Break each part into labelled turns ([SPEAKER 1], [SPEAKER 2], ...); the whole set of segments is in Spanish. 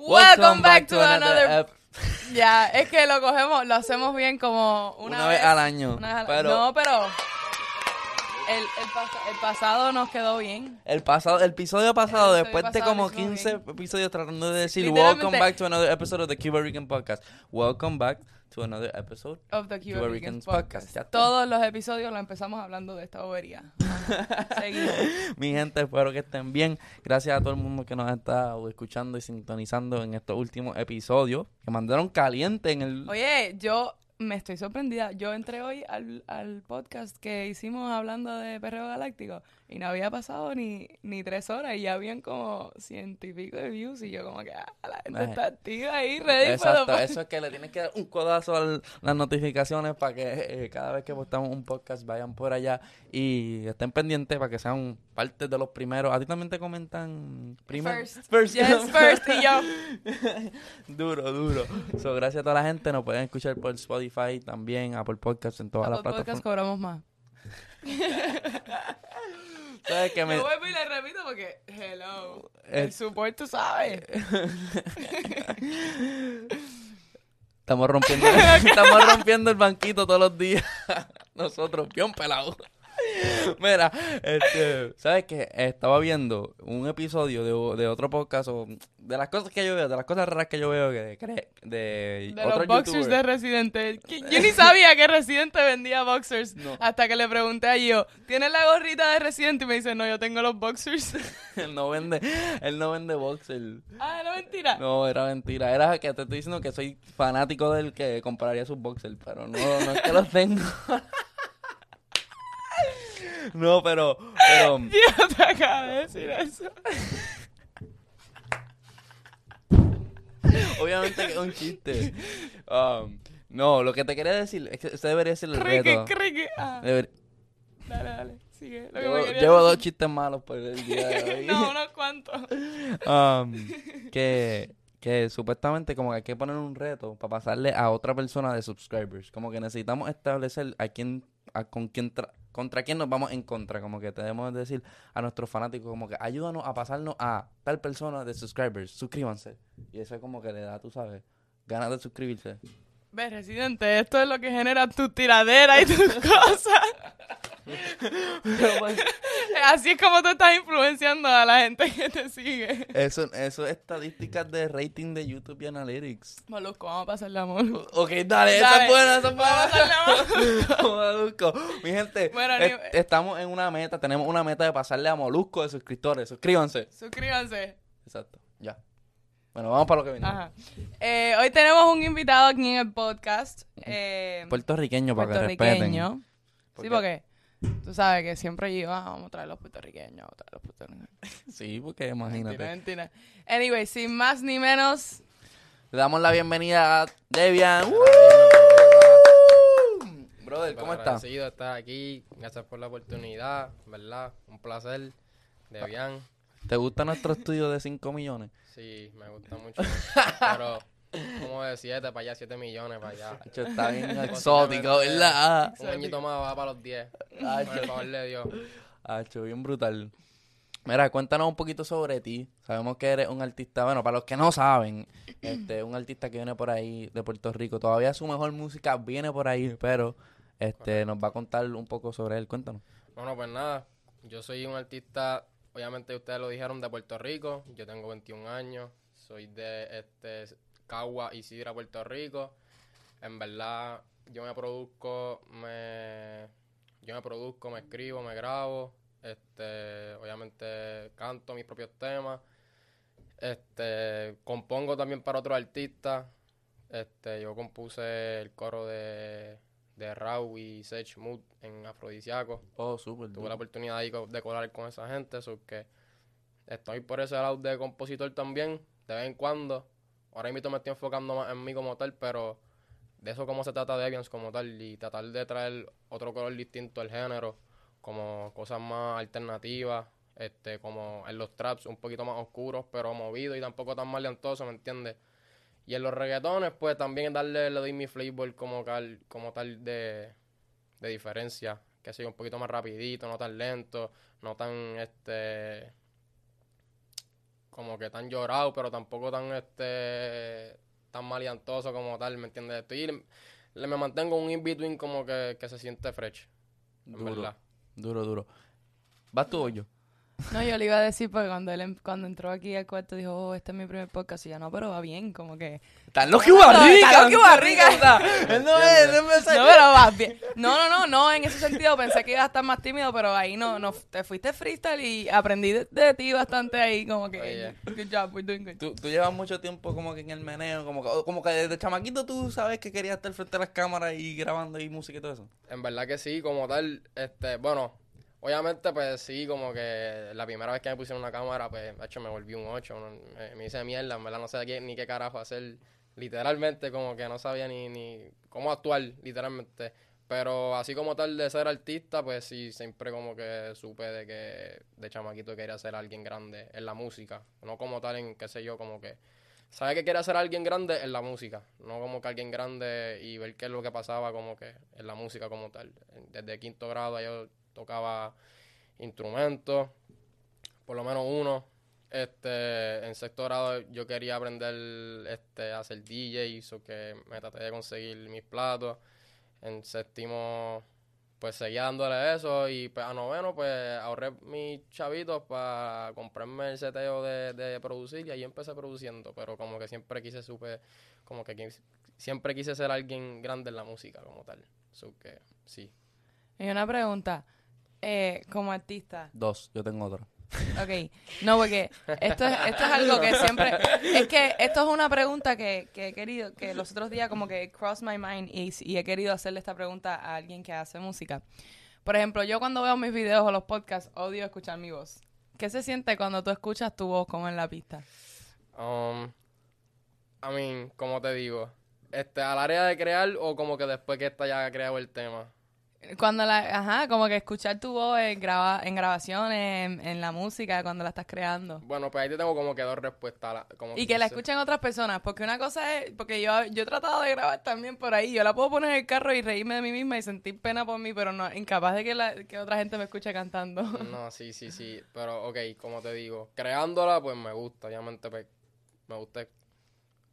[SPEAKER 1] Welcome back to another. Ya, es que lo cogemos, lo hacemos bien como una,
[SPEAKER 2] Una vez al año,
[SPEAKER 1] una vez al-
[SPEAKER 2] pero-
[SPEAKER 1] No, pero el, el, pas- el pasado nos quedó bien.
[SPEAKER 2] El pasado, el episodio pasado,
[SPEAKER 1] El episodio
[SPEAKER 2] después de
[SPEAKER 1] pasado
[SPEAKER 2] como
[SPEAKER 1] lo hicimos
[SPEAKER 2] 15 episodios tratando de decir
[SPEAKER 1] Literalmente-
[SPEAKER 2] Welcome back to another episode of the Cuba Rican Podcast. Welcome back to another episode.
[SPEAKER 1] Of the Cuba
[SPEAKER 2] Cuba
[SPEAKER 1] Ricans
[SPEAKER 2] Ricans
[SPEAKER 1] Podcast.
[SPEAKER 2] Podcast, ya está.
[SPEAKER 1] Todos los episodios lo empezamos hablando de esta bobería. Seguimos.
[SPEAKER 2] Mi gente, espero que estén bien. Gracias a todo el mundo que nos ha estado escuchando y sintonizando en estos últimos episodios. Que mandaron caliente en el...
[SPEAKER 1] Oye, yo me estoy sorprendida. Yo entré hoy al, al podcast que hicimos hablando de Perreo Galáctico y no había pasado ni, ni tres horas y ya habían como ciento y pico de views y yo como que ah, la gente
[SPEAKER 2] Ay.
[SPEAKER 1] está activa ahí, ready
[SPEAKER 2] eh, Exacto,
[SPEAKER 1] para
[SPEAKER 2] eso es que le tienes que dar un codazo a las notificaciones para que eh, cada vez que postamos un podcast vayan por allá y estén pendientes para que sean parte de los primeros. A ti también te comentan primero.
[SPEAKER 1] First. Yes, first. Y yo,
[SPEAKER 2] duro, duro. So, gracias a toda la gente. Nos pueden escuchar por Spotify también, Apple Podcasts, en todas
[SPEAKER 1] los
[SPEAKER 2] las
[SPEAKER 1] podcast
[SPEAKER 2] plataformas.
[SPEAKER 1] cobramos más.
[SPEAKER 2] ¿Sabes qué?
[SPEAKER 1] Me...
[SPEAKER 2] Me-
[SPEAKER 1] vuelvo y le repito porque, hello,
[SPEAKER 2] Eh,
[SPEAKER 1] el support tú sabes.
[SPEAKER 2] Estamos rompiendo, estamos rompiendo el banquito todos los días. Nosotros, pion pelado. Mira, este, ¿sabes qué? Estaba viendo un episodio de, de otro podcast, o de las cosas que yo veo, de las cosas raras que yo veo, que cre- de,
[SPEAKER 1] De
[SPEAKER 2] otro
[SPEAKER 1] los boxers
[SPEAKER 2] youtuber.
[SPEAKER 1] de Residente. Que Yo ni sabía que Residente vendía boxers.
[SPEAKER 2] No.
[SPEAKER 1] Hasta que le pregunté a Gio, ¿tienes la gorrita de Residente? Y me dice, no, yo tengo los boxers.
[SPEAKER 2] Él no vende, él no vende boxer.
[SPEAKER 1] ah, no, mentira.
[SPEAKER 2] No, era mentira. Era que te estoy diciendo que soy fanático del que compraría sus boxers, pero no, no es que los tengo. no, pero, pero
[SPEAKER 1] Yo te acabo de decir eso.
[SPEAKER 2] obviamente que es un chiste. Um, no, lo que te quería decir es que usted debería ser el
[SPEAKER 1] Ricky,
[SPEAKER 2] reto.
[SPEAKER 1] Ricky. Ah,
[SPEAKER 2] Deber-
[SPEAKER 1] dale, dale. Sigue. Lo que me
[SPEAKER 2] Llevo,
[SPEAKER 1] quería
[SPEAKER 2] llevo dos
[SPEAKER 1] decir.
[SPEAKER 2] chistes malos por el día de hoy.
[SPEAKER 1] No, unos cuantos.
[SPEAKER 2] Um, que, que supuestamente como que hay que poner un reto para pasarle a otra persona de subscribers. Como que necesitamos establecer a quién, a con quién tra- contra quién nos vamos en contra. Como que debemos decir a nuestros fanáticos como que ayúdanos a pasarnos a tal persona de subscribers. Suscríbanse. Y eso es como que le da, tú sabes, ganas de suscribirse.
[SPEAKER 1] Ves, Residente, esto es lo que genera tu tiradera y tus cosas. Así es como tú estás influenciando a la gente que te sigue.
[SPEAKER 2] Eso, eso es estadísticas de rating de YouTube y Analytics.
[SPEAKER 1] Molusco, vamos a pasarle amor.
[SPEAKER 2] Ok, dale, esa
[SPEAKER 1] Dale.
[SPEAKER 2] es buena, esa es
[SPEAKER 1] Vamos a
[SPEAKER 2] buena.
[SPEAKER 1] pasarle amor.
[SPEAKER 2] Molusco. Mi gente,
[SPEAKER 1] Bueno,
[SPEAKER 2] es-
[SPEAKER 1] ni-
[SPEAKER 2] estamos en una meta, tenemos una meta de pasarle a Molusco de suscriptores. Suscríbanse.
[SPEAKER 1] Suscríbanse.
[SPEAKER 2] Exacto, ya. Bueno, vamos para lo que viene.
[SPEAKER 1] Ajá. Eh, hoy tenemos un invitado aquí en el podcast. eh,
[SPEAKER 2] Puertorriqueño, para que respeten.
[SPEAKER 1] puertorriqueño. Sí, porque tú sabes que siempre yo, ah, vamos a traer los puertorriqueños, vamos a traer los puertorriqueños.
[SPEAKER 2] Sí, porque
[SPEAKER 1] Mentira,
[SPEAKER 2] imagínate.
[SPEAKER 1] mentira. Anyway, sin más ni menos,
[SPEAKER 2] Le damos la bienvenida a Debian. ¡Woo! Brother, ¿cómo estás?
[SPEAKER 3] Pues Agradecido de estar aquí. Gracias por la oportunidad, ¿verdad? Un placer. De bien.
[SPEAKER 2] ¿Te gusta nuestro estudio de 5 millones?
[SPEAKER 3] Sí, me gusta mucho. pero como de 7 para allá, 7 millones para allá.
[SPEAKER 2] Hacho, Está bien exótico, ¿verdad?
[SPEAKER 3] Un añito más va para los 10. Por el favor de Dios.
[SPEAKER 2] Hacho, Ah, bien brutal. Mira, cuéntanos un poquito sobre ti. Sabemos que eres un artista, bueno, para los que no saben, este, un artista que viene por ahí de Puerto Rico. Todavía su mejor música viene por ahí, pero este, nos va a contar un poco sobre él. Cuéntanos.
[SPEAKER 3] Bueno, pues nada. Yo soy un artista, obviamente ustedes lo dijeron, de Puerto Rico. Yo tengo 21 años. Soy de este Cagua y Sidra, Puerto Rico. En verdad, yo me produzco, me yo me produzco, me escribo, me grabo. Este, obviamente canto mis propios temas. Este, compongo también para otros artistas. Este, yo compuse el coro de de Rau y Sech Mood en Afrodisiaco
[SPEAKER 2] Oh, súper.
[SPEAKER 3] pues, tuve la oportunidad ahí co- de colar con esa gente, eso que estoy por ese lado de compositor también, de vez en cuando. Ahora mismo me estoy enfocando más en mí como tal, pero de eso cómo se trata Deviants como tal y tratar de traer otro color distinto al género, como cosas más alternativas, este, como en los traps un poquito más oscuros, pero movidos y tampoco tan maleantosos, ¿me entiendes? Y en los reggaetones, pues también darle, le doy mi flavor como tal, como tal de, de diferencia, que sea un poquito más rapidito, no tan lento, no tan este como que tan llorado, pero tampoco tan este tan maleantoso como tal, ¿me entiendes? Estoy, le, le- me mantengo un in-between como que, que se siente fresh, en
[SPEAKER 2] Duro.
[SPEAKER 3] verdad.
[SPEAKER 2] Duro, duro. ¿Vas tú o yo?
[SPEAKER 1] No, yo le iba a decir porque cuando él em- cuando entró aquí al cuarto dijo, oh, este es mi primer podcast. Y yo, no, pero va bien, como que.
[SPEAKER 2] ¡Tan loco y barriga!
[SPEAKER 1] Tan loco y
[SPEAKER 2] loco y
[SPEAKER 1] barriga.
[SPEAKER 2] barriga! Él no es, no es-
[SPEAKER 1] No, pero va bien. No, no, no, no, en ese sentido pensé que ibas a estar más tímido, pero ahí no, no, te fuiste freestyle y aprendí de, de ti bastante ahí, como que.
[SPEAKER 3] Oye.
[SPEAKER 1] Good job, we're doing good.
[SPEAKER 2] Tú, tú llevas mucho tiempo como que en el meneo, como que, como que desde chamaquito tú sabes que querías estar frente a las cámaras y grabando y música y todo eso.
[SPEAKER 3] En verdad que sí, como tal, este, bueno, obviamente pues sí, como que la primera vez que me pusieron una cámara, pues, de hecho me volví un 8, me, me hice mierda, en verdad no sé qué- ni qué carajo hacer, literalmente como que no sabía ni, ni cómo actuar, literalmente. Pero así como tal de ser artista, pues sí, siempre como que supe de que de chamaquito quería ser alguien grande en la música, no como tal en, qué sé yo, como que... Sabía que quería ser alguien grande en la música, no como que alguien grande y ver qué es lo que pasaba como que en la música como tal. Desde quinto grado yo tocaba instrumentos, por lo menos uno. Este, en sexto grado yo quería aprender este, a ser DJ, so que me traté de conseguir mis platos. En séptimo, pues seguía dándole eso y pues, a noveno pues ahorré mis chavitos para comprarme el seteo de, de producir y ahí empecé produciendo, pero como que siempre quise supe, como que quis- siempre quise ser alguien grande en la música como tal. So que sí.
[SPEAKER 1] Y una pregunta, eh, como artista,
[SPEAKER 2] Dos, yo tengo otra.
[SPEAKER 1] Ok, no, porque esto es, esto es algo que siempre... Es que esto es una pregunta que, que he querido, que los otros días como que cross my mind y, y he querido hacerle esta pregunta a alguien que hace música. Por ejemplo, yo cuando veo mis videos o los podcasts, odio escuchar mi voz. ¿Qué se siente cuando tú escuchas tu voz como en la pista?
[SPEAKER 3] Um, I mean, como te digo, este, al área de crear o como que después que está ya creado el tema.
[SPEAKER 1] Cuando la... Ajá, como que escuchar tu voz en, grava, en grabaciones, en, en la música, cuando la estás creando.
[SPEAKER 3] Bueno, pues ahí te tengo como que dos respuestas. la- como
[SPEAKER 1] Y que la
[SPEAKER 3] sí.
[SPEAKER 1] escuchen otras personas, porque una cosa es, porque yo, yo he tratado de grabar también por ahí, yo la puedo poner en el carro y reírme de mí misma y sentir pena por mí, pero no, incapaz de que, la, que otra gente me escuche cantando.
[SPEAKER 3] No, sí, sí, sí. Pero, ok, como te digo, creándola, pues me gusta, obviamente, pues, me gusta. Es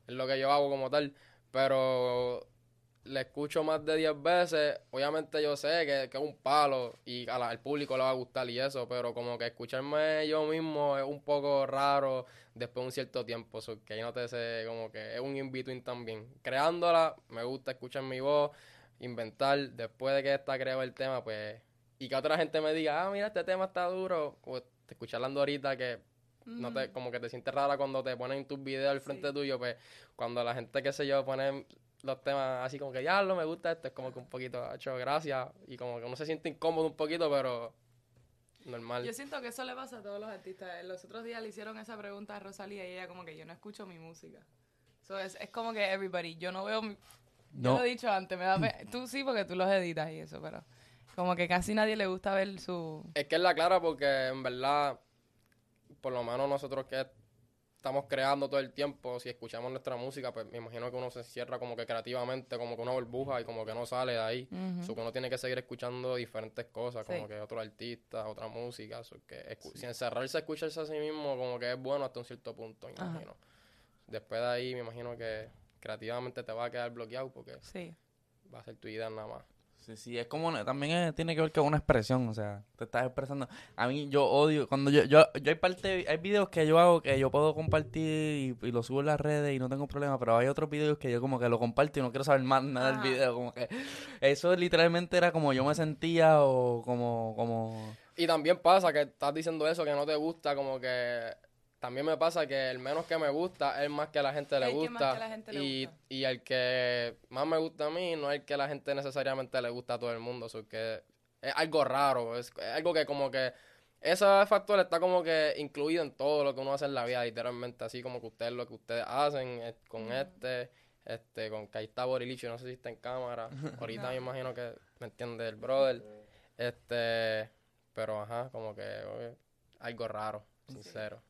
[SPEAKER 3] lo que yo hago como tal. Pero le escucho más de 10 veces. Obviamente, yo sé que, que es un palo y a la- al público le va a gustar y eso. Pero, como que escucharme yo mismo es un poco raro después de un cierto tiempo. so que ahí no te sé, como que es un in-between también. Creándola, me gusta escuchar mi voz, inventar. Después de que está creado el tema, pues y que otra gente me diga, ah, mira, este tema está duro, o te escuché hablando ahorita que no te, como que te sientes rara cuando te ponen tus videos al frente tuyo, pues cuando la gente, qué sé yo, pone los temas así como que, ya, lo me gusta esto, es como que un poquito, hecho gracias, y como que uno se siente incómodo un poquito, pero normal.
[SPEAKER 1] Yo siento que eso le pasa a todos los artistas. Los otros días le hicieron esa pregunta a Rosalía y ella como que yo no escucho mi música. So, es, es como que everybody, yo no veo mi... Yo
[SPEAKER 2] No,
[SPEAKER 1] lo he dicho antes, me da pe- Tú sí, porque tú los editas y eso, pero como que casi nadie le gusta ver su...
[SPEAKER 3] Es que es la clara porque en verdad, por lo menos nosotros que estamos creando todo el tiempo, si escuchamos nuestra música, pues me imagino que uno se cierra como que creativamente, como que una burbuja y como que no sale de ahí.
[SPEAKER 1] Ujú.
[SPEAKER 3] So que uno tiene que seguir escuchando diferentes cosas, como
[SPEAKER 1] Sí.
[SPEAKER 3] que otros artistas, otra música. so que escu- Si encerrarse a escucharse a sí mismo, como que es bueno hasta un cierto punto, me
[SPEAKER 1] Ajá.
[SPEAKER 3] imagino. Después de ahí, me imagino que creativamente te va a quedar bloqueado porque
[SPEAKER 1] Sí.
[SPEAKER 3] va a ser tu idea nada más.
[SPEAKER 2] Sí, sí, es como, una- también es- tiene que ver con una expresión, o sea, te estás expresando. A mí yo odio, cuando yo, yo, yo hay parte, hay videos que yo hago que yo puedo compartir y, y lo subo en las redes y no tengo problema, pero hay otros videos que yo como que lo comparto y no quiero saber más nada
[SPEAKER 1] Ajá.
[SPEAKER 2] del video, como que eso literalmente era como yo me sentía o como, como,
[SPEAKER 3] Y también pasa que estás diciendo eso, que no te gusta, como que también me pasa que el menos que me gusta es más que a la gente le
[SPEAKER 1] El que más que a
[SPEAKER 3] gusta.
[SPEAKER 1] la gente le
[SPEAKER 3] y,
[SPEAKER 1] gusta.
[SPEAKER 3] y el que más me gusta a mí no es el que a la gente necesariamente le gusta a todo el mundo, so que es algo raro, es, es algo que como que ese factor está como que incluido en todo lo que uno hace en la vida, literalmente, así como que ustedes lo que ustedes hacen eh, con este, este, con que ahí está Borilicho, no sé si está en cámara, ahorita me imagino que, ¿me entiende El brother, este, pero ajá, como que oye, algo raro, sincero.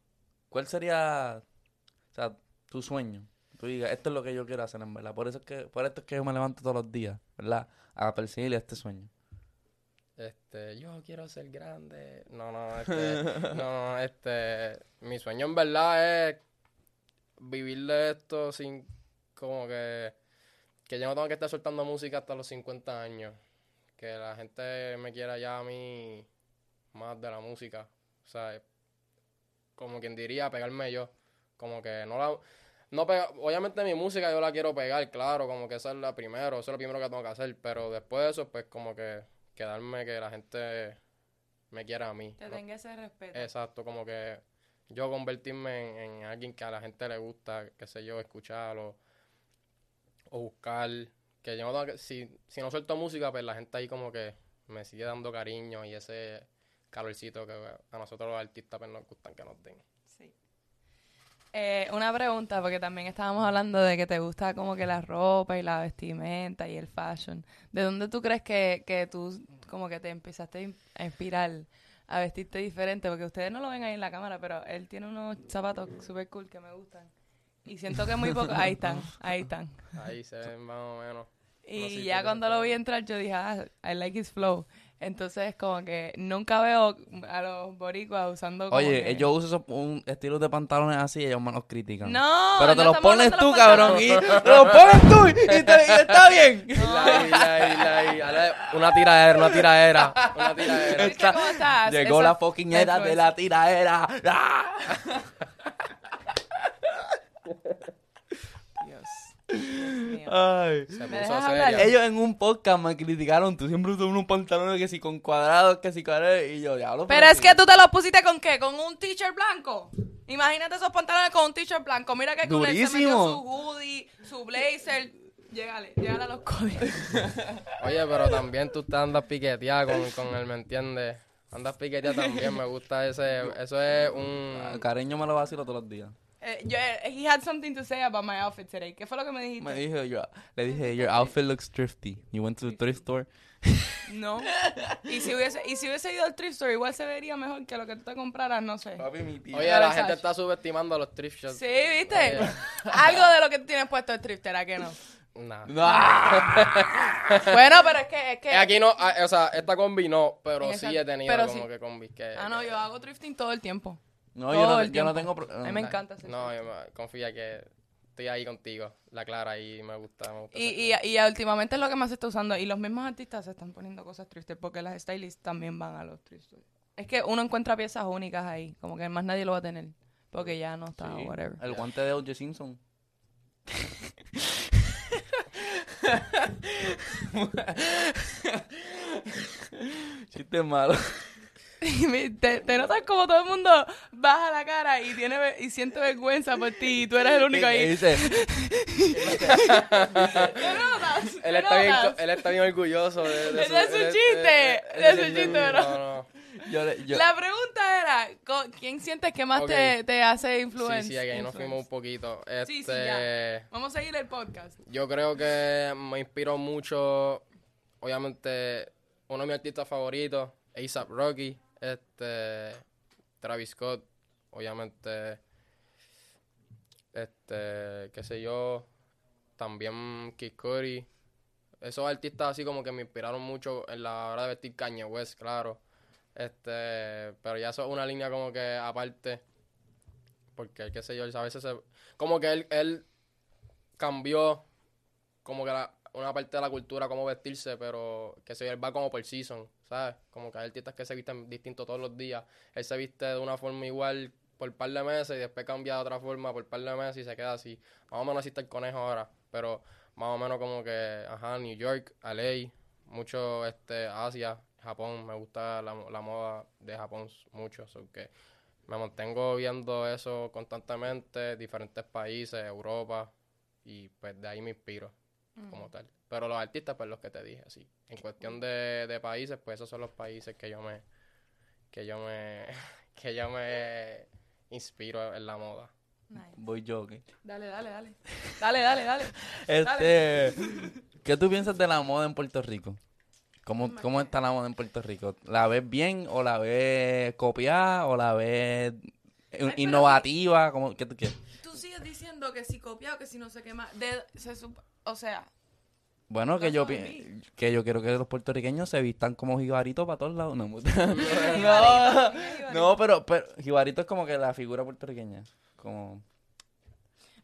[SPEAKER 2] ¿cuál sería, o sea, tu sueño? Tú digas, esto es lo que yo quiero hacer, en verdad. Por eso es que, por esto es que yo me levanto todos los días, ¿verdad? A perseguir este sueño.
[SPEAKER 3] Este, yo quiero ser grande. No, no, este, no, este, mi sueño en verdad es vivir de esto sin, como que, que yo no tengo que estar soltando música hasta los 50 años. Que la gente me quiera ya a mí más de la música. O sea, como quien diría, pegarme yo. Como que no la, no pega- obviamente mi música yo la quiero pegar, claro, como que esa es la primero, eso es lo primero que tengo que hacer, pero después de eso, pues como que quedarme que la gente me quiera a mí.
[SPEAKER 1] Te
[SPEAKER 3] ¿no?
[SPEAKER 1] tenga ese respeto.
[SPEAKER 3] Exacto, como que yo convertirme en, en alguien que a la gente le gusta, qué sé yo, escuchar o, o buscar. Que yo no tengo que- si, si no suelto música, pues la gente ahí como que me sigue dando cariño y ese calorcito que a nosotros los artistas pues, nos gustan que nos den.
[SPEAKER 1] Sí. Eh, una pregunta, porque también estábamos hablando de que te gusta como que la ropa y la vestimenta y el fashion. ¿De dónde tú crees que, que tú como que te empezaste a in- a inspirar a vestirte diferente? Porque ustedes no lo ven ahí en la cámara, pero él tiene unos zapatos super cool que me gustan. Y siento que muy poco... Ahí están, ahí están.
[SPEAKER 3] Ahí se ven más o menos.
[SPEAKER 1] Y
[SPEAKER 3] No, sí,
[SPEAKER 1] ya
[SPEAKER 3] tiene
[SPEAKER 1] cuando lo vi
[SPEAKER 3] razón.
[SPEAKER 1] entrar, yo dije, ah, I like his flow. Entonces, como que nunca veo a los boricuas usando como
[SPEAKER 2] Oye,
[SPEAKER 1] que-
[SPEAKER 2] eh, yo uso esos un estilos de pantalones así y ellos me los critican.
[SPEAKER 1] No,
[SPEAKER 2] Pero te
[SPEAKER 1] no
[SPEAKER 2] los
[SPEAKER 1] estamos
[SPEAKER 2] pones
[SPEAKER 1] hablando de
[SPEAKER 2] tú,
[SPEAKER 1] los
[SPEAKER 2] cabrón. Y te los pones tú y, y te- y está bien.
[SPEAKER 3] Y la- y la- y la- y- ahora es Una tiradera, una tiradera. Una tiradera.
[SPEAKER 1] ¿Viste cómo estás?
[SPEAKER 2] Llegó
[SPEAKER 1] Esa-
[SPEAKER 2] la fucking era de la tiraera. ¡Ah!
[SPEAKER 1] Dios, Dios mío.
[SPEAKER 2] Ay.
[SPEAKER 3] Se
[SPEAKER 1] ¿Me
[SPEAKER 3] puso
[SPEAKER 1] dejas hablar?
[SPEAKER 3] seria.
[SPEAKER 2] Ellos en un podcast me criticaron. Tú siempre usas unos pantalones que si con cuadrados, que si cuadrados. Y yo, diablo.
[SPEAKER 1] Pero es que tú te los pusiste con qué? ¿Con un t-shirt blanco? Imagínate esos pantalones con un t-shirt blanco. Mira que con él se metió
[SPEAKER 2] Durísimo.
[SPEAKER 1] su hoodie, su blazer. Llegale, llegale a los códigos.
[SPEAKER 3] Oye, pero también tú estás andas piqueteada con, con el, ¿me entiendes? Andas piqueteada también, me gusta ese. Eso es
[SPEAKER 2] Ah,
[SPEAKER 3] un.
[SPEAKER 2] Cariño me lo vacilo todos los días.
[SPEAKER 1] Eh, yo, eh, he had something to say about my outfit today. ¿Qué fue lo que me dijiste?
[SPEAKER 2] Me dijo yo, le dije, your outfit looks thrifty. You went to the thrift store.
[SPEAKER 1] No. Y si, hubiese, y si hubiese ido al thrift store, igual se vería mejor que lo que tú te compraras, no sé.
[SPEAKER 3] Oye,
[SPEAKER 1] Pero
[SPEAKER 3] la
[SPEAKER 1] Sasha.
[SPEAKER 3] gente está subestimando a los thrift shops.
[SPEAKER 1] Sí, ¿viste?
[SPEAKER 3] Oye.
[SPEAKER 1] Algo de lo que tú tienes puesto es thrifter, ¿a que no?
[SPEAKER 3] Nah.
[SPEAKER 2] ¡Ah!
[SPEAKER 1] Bueno, pero es que... Es que
[SPEAKER 3] Eh, Aquí no, ah, o sea, esta combi no, pero sí
[SPEAKER 1] Exacto.
[SPEAKER 3] he tenido
[SPEAKER 1] Pero
[SPEAKER 3] como
[SPEAKER 1] sí.
[SPEAKER 3] que combi que.
[SPEAKER 1] Ah, no, yo hago thrifting todo el tiempo.
[SPEAKER 2] No,
[SPEAKER 1] Todo
[SPEAKER 2] yo no,
[SPEAKER 1] el
[SPEAKER 2] yo no
[SPEAKER 1] tiempo.
[SPEAKER 2] tengo. pro- Ah,
[SPEAKER 1] A mí me encanta hacer
[SPEAKER 3] No,
[SPEAKER 1] thrifting.
[SPEAKER 3] yo me- confía que estoy ahí contigo, la Clara, y me gusta, me gusta. ese
[SPEAKER 1] Y, y, y últimamente es lo que más se está usando. Y los mismos artistas se están poniendo cosas tristes porque las stylists también van a los tristes. Es que uno encuentra piezas únicas ahí. Como que más nadie lo va a tener. Porque ya no está,
[SPEAKER 2] Sí,
[SPEAKER 1] whatever.
[SPEAKER 2] El guante de O.J. Simpson. Chiste malo.
[SPEAKER 1] Y me- te, te notas como todo el mundo baja la cara y tiene ve- y siente vergüenza por ti. Y tú eres el único
[SPEAKER 2] Y
[SPEAKER 1] ahí.
[SPEAKER 2] dice,
[SPEAKER 1] ¿Te notas?
[SPEAKER 3] Él
[SPEAKER 1] ¿Te
[SPEAKER 3] está, bien,
[SPEAKER 1] notas?
[SPEAKER 3] co- él está bien orgulloso de, de
[SPEAKER 1] Es de su
[SPEAKER 3] él-
[SPEAKER 1] chiste,
[SPEAKER 3] él- él-
[SPEAKER 1] de
[SPEAKER 3] él-
[SPEAKER 1] su
[SPEAKER 3] él-
[SPEAKER 1] chiste, bro.
[SPEAKER 3] No, no.
[SPEAKER 2] yo le- yo-
[SPEAKER 1] La pregunta era, co- ¿quién sientes que más te,
[SPEAKER 3] Ok.
[SPEAKER 1] te hace influencia?
[SPEAKER 3] Sí, sí, aquí nos fuimos un poquito. Este,
[SPEAKER 1] Sí, sí, ya. Vamos a seguir el podcast.
[SPEAKER 3] Yo creo que me inspiró mucho, obviamente, uno de mis artistas favoritos, ASAP Rocky, este, Travis Scott, obviamente, este, qué sé yo, también Kid Cudi. Esos artistas así como que me inspiraron mucho en la hora de vestir Kanye West, claro. Este, pero ya eso es una línea como que aparte, porque qué sé yo, él a veces se- como que él, él cambió como que la- una parte de la cultura, cómo vestirse, pero que se él va como por season, ¿sabes? Como que hay artistas que se visten distinto todos los días. Él se viste de una forma igual por par de meses y después cambia de otra forma por par de meses y se queda así. Más o menos así está el conejo ahora, pero más o menos como que, ajá, New York, LA, mucho este, Asia, Japón, me gusta la, la moda de Japón mucho, so que me mantengo viendo eso constantemente, diferentes países, Europa, y pues de ahí me inspiro como tal. Pero los artistas, pues los que te dije, así. En cuestión de, de países, pues esos son los países que yo me, que yo me, que yo me inspiro en la moda.
[SPEAKER 1] Nice.
[SPEAKER 2] voy yo, ok.
[SPEAKER 1] Dale, dale, dale. Dale, dale, dale.
[SPEAKER 2] Este, ¿qué tú piensas de la moda en Puerto Rico? ¿Cómo, ¿Cómo está la moda en Puerto Rico? ¿La ves bien o la ves copiada o la ves eh,
[SPEAKER 1] pero-
[SPEAKER 2] innovativa? ¿Cómo, ¿Qué tú quieres?
[SPEAKER 1] Tú sigues diciendo que si copiado, que si no sé qué más. De, se sup- o sea,
[SPEAKER 2] Bueno, que yo,
[SPEAKER 1] Basado
[SPEAKER 2] pi-
[SPEAKER 1] en
[SPEAKER 2] que yo quiero que los puertorriqueños se vistan como jibaritos para todos lados. No, no,
[SPEAKER 1] Jibarito, jibarito.
[SPEAKER 2] no pero, pero jibarito es como que la figura puertorriqueña. Como...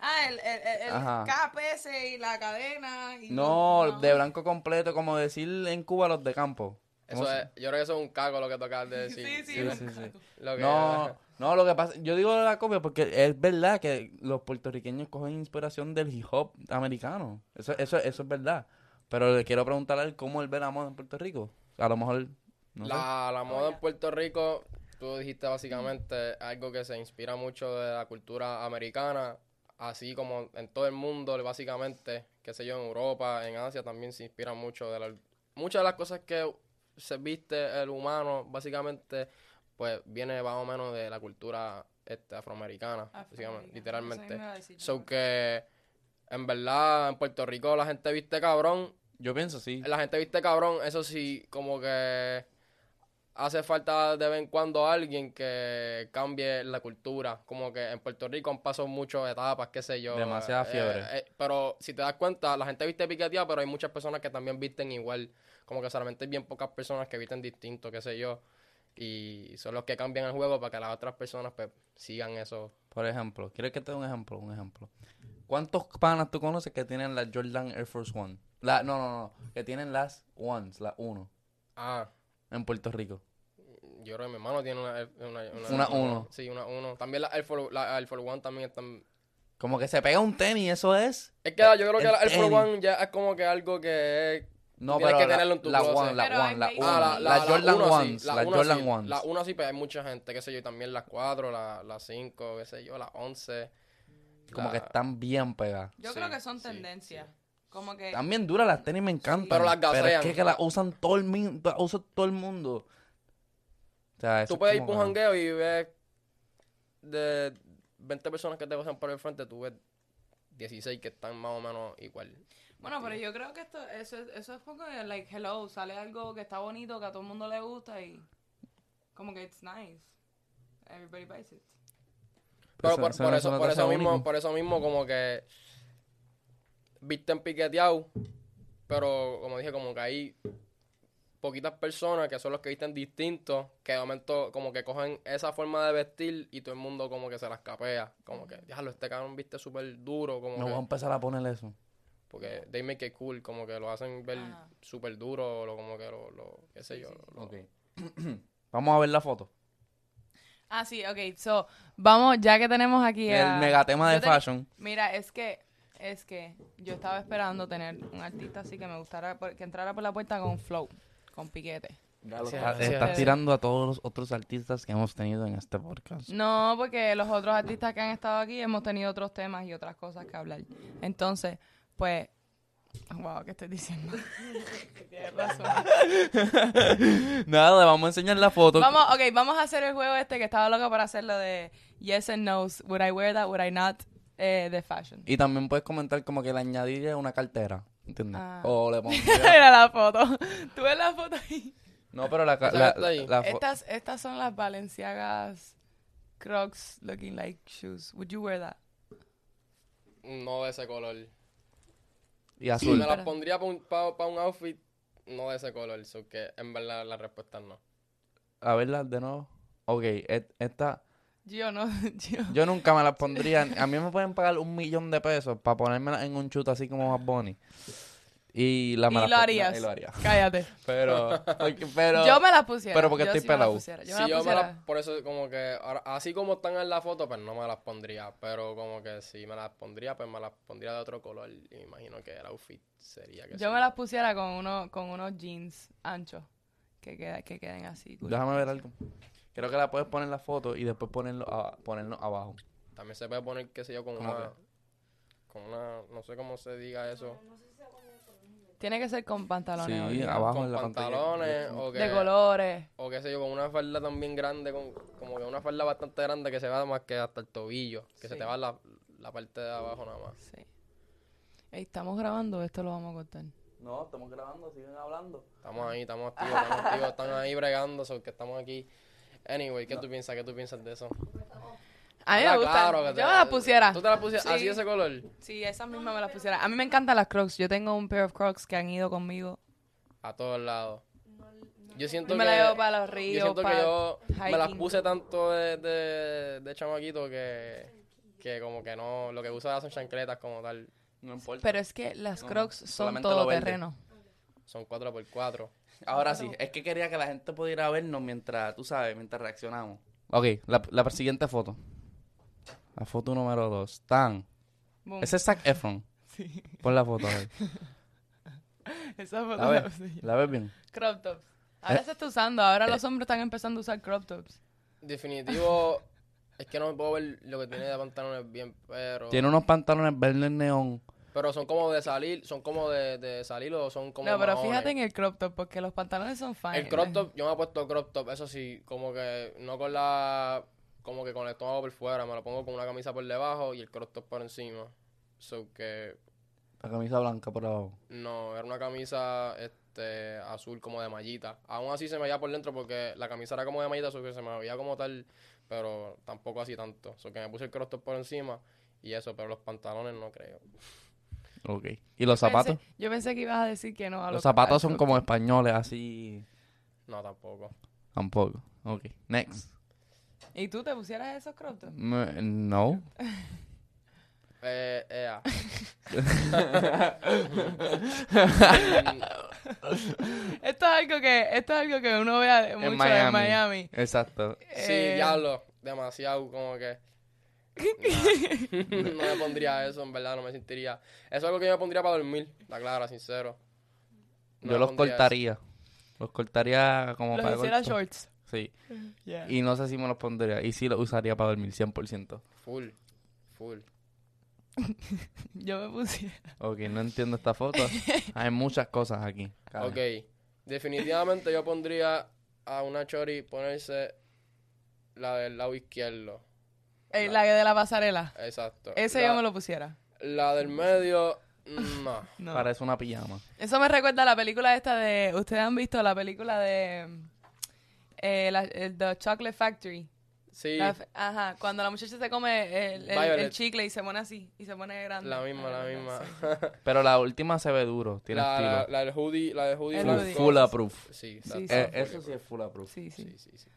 [SPEAKER 1] Ah, el, el, el, el
[SPEAKER 2] Ajá.
[SPEAKER 1] KPS y la cadena. Y
[SPEAKER 2] No,
[SPEAKER 1] los-
[SPEAKER 2] de blanco completo, como decir en Cuba los de campo. ¿Cómo
[SPEAKER 3] Eso
[SPEAKER 2] se-
[SPEAKER 3] es, yo creo que eso es un cago lo que tú acabas de
[SPEAKER 1] Sí,
[SPEAKER 3] decir.
[SPEAKER 1] sí,
[SPEAKER 2] Sí,
[SPEAKER 1] los
[SPEAKER 2] sí, sí.
[SPEAKER 1] cacos.
[SPEAKER 3] Lo que-
[SPEAKER 2] No, no, lo que pasa, yo digo la copia porque es verdad que los puertorriqueños cogen inspiración del hip hop americano. Eso, eso, eso es verdad. Pero le quiero preguntar a él cómo él ve la moda en Puerto Rico. A lo mejor, no sé.
[SPEAKER 3] La, la moda
[SPEAKER 1] Oye.
[SPEAKER 3] en Puerto Rico, tú dijiste básicamente algo que se inspira mucho de la cultura americana, así como en todo el mundo, básicamente, qué sé yo, en Europa, en Asia también se inspira mucho de la, muchas de las cosas que se viste el humano, básicamente, pues viene más o menos de la cultura este, afroamericana,
[SPEAKER 1] Afroamericano,
[SPEAKER 3] básicamente,
[SPEAKER 1] Ah, pues, eso
[SPEAKER 3] literalmente.
[SPEAKER 1] mismo iba a decir yo
[SPEAKER 3] So
[SPEAKER 1] también.
[SPEAKER 3] que en verdad en Puerto Rico la gente viste cabrón,
[SPEAKER 2] Yo pienso sí.
[SPEAKER 3] la gente viste cabrón, eso sí, como que hace falta de vez en cuando alguien que cambie la cultura. Como que en Puerto Rico han pasado muchas etapas, qué sé yo.
[SPEAKER 2] Demasiada
[SPEAKER 3] eh,
[SPEAKER 2] fiebre.
[SPEAKER 3] eh, pero si te das cuenta, la gente viste piqueteada, pero hay muchas personas que también visten igual. Como que solamente hay bien pocas personas que visten distinto, qué sé yo. Y son los que cambian el juego para que las otras personas pues sigan eso.
[SPEAKER 2] Por ejemplo, ¿quieres que te dé un ejemplo? Un ejemplo. ¿Cuántos panas tú conoces que tienen las Jordan Air Force One? La, no, no, no, que tienen las Ones, las Uno,
[SPEAKER 3] Ah,
[SPEAKER 2] en Puerto Rico.
[SPEAKER 3] yo creo que mi hermano tiene una... Una,
[SPEAKER 2] Una uno.
[SPEAKER 3] Sí, una uno. También la Air Force, la Air Force One también están...
[SPEAKER 2] Como que se pega un tenis, eso es.
[SPEAKER 3] Es que ah, yo creo que
[SPEAKER 2] El
[SPEAKER 3] la Air Force
[SPEAKER 2] tenis.
[SPEAKER 3] One ya es como que algo que es...
[SPEAKER 2] No,
[SPEAKER 3] Tienes
[SPEAKER 2] pero
[SPEAKER 3] que
[SPEAKER 2] la,
[SPEAKER 3] tenerlo en tu
[SPEAKER 2] la
[SPEAKER 3] closet.
[SPEAKER 2] One, la
[SPEAKER 1] Pero hay
[SPEAKER 2] One, la
[SPEAKER 1] que-
[SPEAKER 2] Uno,
[SPEAKER 1] Ah,
[SPEAKER 2] la,
[SPEAKER 1] la- la-
[SPEAKER 2] Jordan
[SPEAKER 3] uno sí,
[SPEAKER 2] Ones,
[SPEAKER 3] la
[SPEAKER 2] las
[SPEAKER 3] uno
[SPEAKER 2] Jordan
[SPEAKER 3] sí,
[SPEAKER 2] Ones.
[SPEAKER 3] La 1 sí, pero hay mucha gente, qué sé yo, también las 4, las la 5, qué sé yo, las 11.
[SPEAKER 2] Como que están bien pegadas.
[SPEAKER 1] Yo
[SPEAKER 3] Sí,
[SPEAKER 1] creo que son
[SPEAKER 3] sí,
[SPEAKER 1] tendencias. Como que.
[SPEAKER 2] También duras las tenis, me encantan.
[SPEAKER 3] Pero las
[SPEAKER 2] es
[SPEAKER 3] gasean.
[SPEAKER 2] que, que las usan todo el, min- las usa todo el mundo. O sea, eso
[SPEAKER 3] Tú
[SPEAKER 2] es
[SPEAKER 3] puedes ir
[SPEAKER 2] como
[SPEAKER 3] por un
[SPEAKER 2] que-
[SPEAKER 3] jangueo y ves de 20 personas que te pasan por el frente, tú ves 16 que están más o menos igual.
[SPEAKER 1] Bueno, pero yo creo que esto, eso, es- eso es como que, like, hello, sale algo que está bonito, que a todo el mundo le gusta y. Como que it's nice. Everybody buys it.
[SPEAKER 3] Pero
[SPEAKER 2] Eso-
[SPEAKER 3] por,
[SPEAKER 2] eso
[SPEAKER 3] por
[SPEAKER 2] no-
[SPEAKER 3] eso,
[SPEAKER 2] eso no
[SPEAKER 3] por
[SPEAKER 2] te
[SPEAKER 3] eso
[SPEAKER 2] hace
[SPEAKER 3] mismo,
[SPEAKER 2] único.
[SPEAKER 3] por eso mismo como que visten piqueteado, pero como dije, como que hay poquitas personas que son los que visten distintos, que de momento como que cogen esa forma de vestir y todo el mundo como que se las capea, como que, diablo, este cabrón viste súper duro, como
[SPEAKER 2] Me voy a
[SPEAKER 3] que,
[SPEAKER 2] empezar a poner eso.
[SPEAKER 3] porque they make it cool, como que lo hacen ver
[SPEAKER 1] Ajá.
[SPEAKER 3] súper duro, lo, como que lo, lo- qué sé yo, lo-
[SPEAKER 2] Ok. Vamos a ver la foto.
[SPEAKER 1] Ah, sí, ok. So, vamos, ya que tenemos aquí. a-
[SPEAKER 2] El megatema de
[SPEAKER 1] Yo tenía-
[SPEAKER 2] fashion.
[SPEAKER 1] Mira, es que. Es que yo estaba esperando tener un artista así que me gustara, por- que entrara por la puerta con flow, con piquete.
[SPEAKER 2] Está-
[SPEAKER 3] gracias.
[SPEAKER 2] Estás tirando a todos los otros artistas que hemos tenido en este podcast.
[SPEAKER 1] No, porque los otros artistas que han estado aquí hemos tenido otros temas y otras cosas que hablar. Entonces, pues, wow, ¿qué estoy diciendo? Tienes razón.
[SPEAKER 2] Nada, vamos a enseñar la foto.
[SPEAKER 1] Mm. Vamos, ok, vamos a hacer el juego este que estaba loca para hacerlo de yes and no's, would I wear that, would I not, eh, de fashion.
[SPEAKER 2] Y también puedes comentar como que le añadiría una cartera. ¿Entiendes?
[SPEAKER 1] Ah.
[SPEAKER 2] O le pondría...
[SPEAKER 1] Mira la foto. Tú ves la foto ahí.
[SPEAKER 2] No, pero la, ca-
[SPEAKER 3] Esa que
[SPEAKER 2] la,
[SPEAKER 3] está ahí.
[SPEAKER 2] la fo-
[SPEAKER 1] Estas, estas son las Balenciagas Crocs looking like shoes. Would you wear that?
[SPEAKER 3] no de ese color.
[SPEAKER 2] Y
[SPEAKER 3] Si
[SPEAKER 2] azul.
[SPEAKER 3] me las pondría para un, pa- pa un outfit, no de ese color, so que en verdad la respuesta es no.
[SPEAKER 2] A verla de nuevo. Ok, et- esta...
[SPEAKER 1] Yo no, yo.
[SPEAKER 2] Yo nunca me las pondría. A mí me pueden pagar un millón de pesos para ponérmela en un chute así como Bad Bunny. Y la
[SPEAKER 1] Y
[SPEAKER 2] me las
[SPEAKER 1] lo
[SPEAKER 2] pon-
[SPEAKER 1] harías.
[SPEAKER 2] y lo haría.
[SPEAKER 1] Cállate.
[SPEAKER 2] Pero, porque- pero
[SPEAKER 1] yo me las pusiera.
[SPEAKER 2] pero porque
[SPEAKER 1] yo
[SPEAKER 2] estoy
[SPEAKER 1] sí me las
[SPEAKER 2] pelado.
[SPEAKER 1] pusiera, Yo
[SPEAKER 3] Si
[SPEAKER 1] me las
[SPEAKER 3] yo me
[SPEAKER 1] pusiera.
[SPEAKER 3] las- por eso como que, ahora- así como están en la foto, pues no me las pondría, pero como que si me las pondría, pues me las pondría de otro color y me imagino que el outfit sería que
[SPEAKER 1] Yo me las pusiera con, uno, con unos jeans anchos que, queda- que queden así. cool.
[SPEAKER 2] déjame ver algo. Creo que la puedes poner en la foto y después ponerlo, a- ponerlo abajo.
[SPEAKER 3] También se puede poner, qué sé yo, con
[SPEAKER 2] ¿Cómo
[SPEAKER 3] una, con una, no sé cómo se diga eso,
[SPEAKER 1] Tiene que ser con pantalones.
[SPEAKER 2] Sí,
[SPEAKER 1] obligado.
[SPEAKER 2] abajo en
[SPEAKER 3] con
[SPEAKER 2] la
[SPEAKER 3] pantalones
[SPEAKER 2] pantalla.
[SPEAKER 3] o que,
[SPEAKER 1] De colores.
[SPEAKER 3] o qué sé yo, con una falda también grande, con, como que una falda bastante grande que se va más que hasta el tobillo, que se
[SPEAKER 1] Sí.
[SPEAKER 3] te va la, la parte de abajo nada más.
[SPEAKER 1] Sí. Ey, estamos grabando, esto lo vamos a cortar.
[SPEAKER 2] No, estamos grabando, siguen hablando.
[SPEAKER 3] Estamos ahí, estamos activos, estamos activos, están ahí bregando, so que estamos aquí. Anyway, ¿qué tú piensas? ¿Qué tú piensas de eso?
[SPEAKER 1] A mí me
[SPEAKER 3] Ah,
[SPEAKER 1] gustan.
[SPEAKER 3] claro que te-
[SPEAKER 1] yo me las pusiera.
[SPEAKER 3] ¿Tú te las pusieras
[SPEAKER 1] Sí.
[SPEAKER 3] así ese color?
[SPEAKER 1] Sí, esas mismas me las pusiera. A mí me encantan las Crocs. Yo tengo un pair of Crocs que han ido conmigo.
[SPEAKER 3] A todos lados. Yo
[SPEAKER 1] Yo
[SPEAKER 3] siento que...
[SPEAKER 1] me las llevo para los
[SPEAKER 3] yo
[SPEAKER 1] ríos,
[SPEAKER 3] siento que
[SPEAKER 1] para
[SPEAKER 3] yo me las
[SPEAKER 1] hiking.
[SPEAKER 3] puse tanto de, de, de chamaquito que... Que como que no... Lo que usaba son chancletas como tal.
[SPEAKER 2] No importa.
[SPEAKER 1] Pero es que las
[SPEAKER 2] No,
[SPEAKER 1] Crocs son
[SPEAKER 2] solamente lo verde.
[SPEAKER 1] todoterreno.
[SPEAKER 3] Son 4x4.
[SPEAKER 2] Ahora sí, es que quería que la gente pudiera vernos mientras, tú sabes, mientras reaccionamos. Ok, la, la siguiente foto. La foto número dos. Tan.
[SPEAKER 1] Boom.
[SPEAKER 2] Ese es Zac Efron.
[SPEAKER 1] Sí,
[SPEAKER 2] Pon la foto, a ver.
[SPEAKER 1] esa foto
[SPEAKER 2] A
[SPEAKER 1] la
[SPEAKER 2] ver,
[SPEAKER 1] puse yo.
[SPEAKER 2] ¿la ves bien?
[SPEAKER 1] Crop tops. Ahora
[SPEAKER 2] Eh,
[SPEAKER 1] se está usando, ahora
[SPEAKER 2] eh.
[SPEAKER 1] los hombres están empezando a usar crop tops.
[SPEAKER 3] Definitivo... es que no me puedo ver lo que tiene de pantalones bien, pero...
[SPEAKER 2] Tiene unos pantalones verdes neón.
[SPEAKER 3] Pero son como de salir... Son como de, de salir o son como
[SPEAKER 1] No, pero
[SPEAKER 3] mahones.
[SPEAKER 1] fíjate en el crop top, porque los pantalones son fine.
[SPEAKER 3] El crop top, yo me he puesto crop top, eso sí, como que no con la. Como que con el estómago por fuera, me lo pongo con una camisa por debajo y el crop top por encima. So que.
[SPEAKER 2] La camisa blanca por abajo.
[SPEAKER 3] No, era una camisa este azul como de mallita. Aún así se me veía por dentro porque la camisa era como de mallita, so que se me veía como tal, pero tampoco así tanto. So que me puse el crop top por encima y eso, pero los pantalones no creo.
[SPEAKER 2] Ok. ¿Y los
[SPEAKER 1] Yo pensé-
[SPEAKER 2] zapatos?
[SPEAKER 1] yo pensé que ibas a decir que no a
[SPEAKER 2] Los
[SPEAKER 1] al
[SPEAKER 2] zapatos son
[SPEAKER 1] crop
[SPEAKER 2] como españoles, así.
[SPEAKER 3] No, tampoco.
[SPEAKER 2] Tampoco. Ok. Next.
[SPEAKER 1] top. ¿Y tú te pusieras esos crop tops?
[SPEAKER 2] Me- No.
[SPEAKER 3] Eh, ea.
[SPEAKER 1] Esto es algo que, esto es algo que uno ve mucho en Miami.
[SPEAKER 2] Miami. Exacto.
[SPEAKER 3] Sí,
[SPEAKER 1] Eh,
[SPEAKER 3] diablo, demasiado como que. Nah, no me pondría eso, en verdad, no me sentiría. Eso es algo que yo me pondría para dormir, está claro, sincero. No
[SPEAKER 2] Yo
[SPEAKER 3] me
[SPEAKER 2] los
[SPEAKER 3] pondría
[SPEAKER 2] cortaría. Los cortaría como
[SPEAKER 1] Los
[SPEAKER 2] para
[SPEAKER 1] hiciera
[SPEAKER 2] corto.
[SPEAKER 1] shorts.
[SPEAKER 2] Sí.
[SPEAKER 1] Yeah.
[SPEAKER 2] Y no sé si me los pondría. Y sí los usaría para dormir, 100%.
[SPEAKER 3] eso. Full, full.
[SPEAKER 1] Yo me pusiera.
[SPEAKER 2] Ok, no entiendo esta foto. Hay muchas cosas aquí.
[SPEAKER 3] Ok, definitivamente yo pondría a una chori ponerse la del lado izquierdo.
[SPEAKER 1] Eh, la de la pasarela.
[SPEAKER 3] Exacto.
[SPEAKER 1] Ese
[SPEAKER 3] la,
[SPEAKER 1] yo me lo pusiera.
[SPEAKER 3] La del medio, mm, no.
[SPEAKER 1] No.
[SPEAKER 2] Parece una pijama.
[SPEAKER 1] Eso me recuerda a la película esta de. Ustedes han visto la película de. mm, eh, la- el The Chocolate Factory.
[SPEAKER 3] Sí,
[SPEAKER 1] La fe- ajá, cuando la muchacha se come el, el- el
[SPEAKER 3] Violet.
[SPEAKER 1] chicle y se pone así, y se pone grande. Ah,
[SPEAKER 3] la misma, la
[SPEAKER 1] Grande,
[SPEAKER 3] misma.
[SPEAKER 1] sí.
[SPEAKER 2] Pero la última se ve duro. Tiene
[SPEAKER 3] La, la,
[SPEAKER 2] estilo.
[SPEAKER 3] la del hoodie, la del hoodie
[SPEAKER 1] El
[SPEAKER 2] Full-
[SPEAKER 1] hoodie.
[SPEAKER 3] blanco.
[SPEAKER 2] Full approof.
[SPEAKER 3] Sí,
[SPEAKER 1] Sí,
[SPEAKER 3] exacto.
[SPEAKER 2] Eh, eso sí es full approof.
[SPEAKER 1] Sí, sí.
[SPEAKER 3] Sí, sí, sí.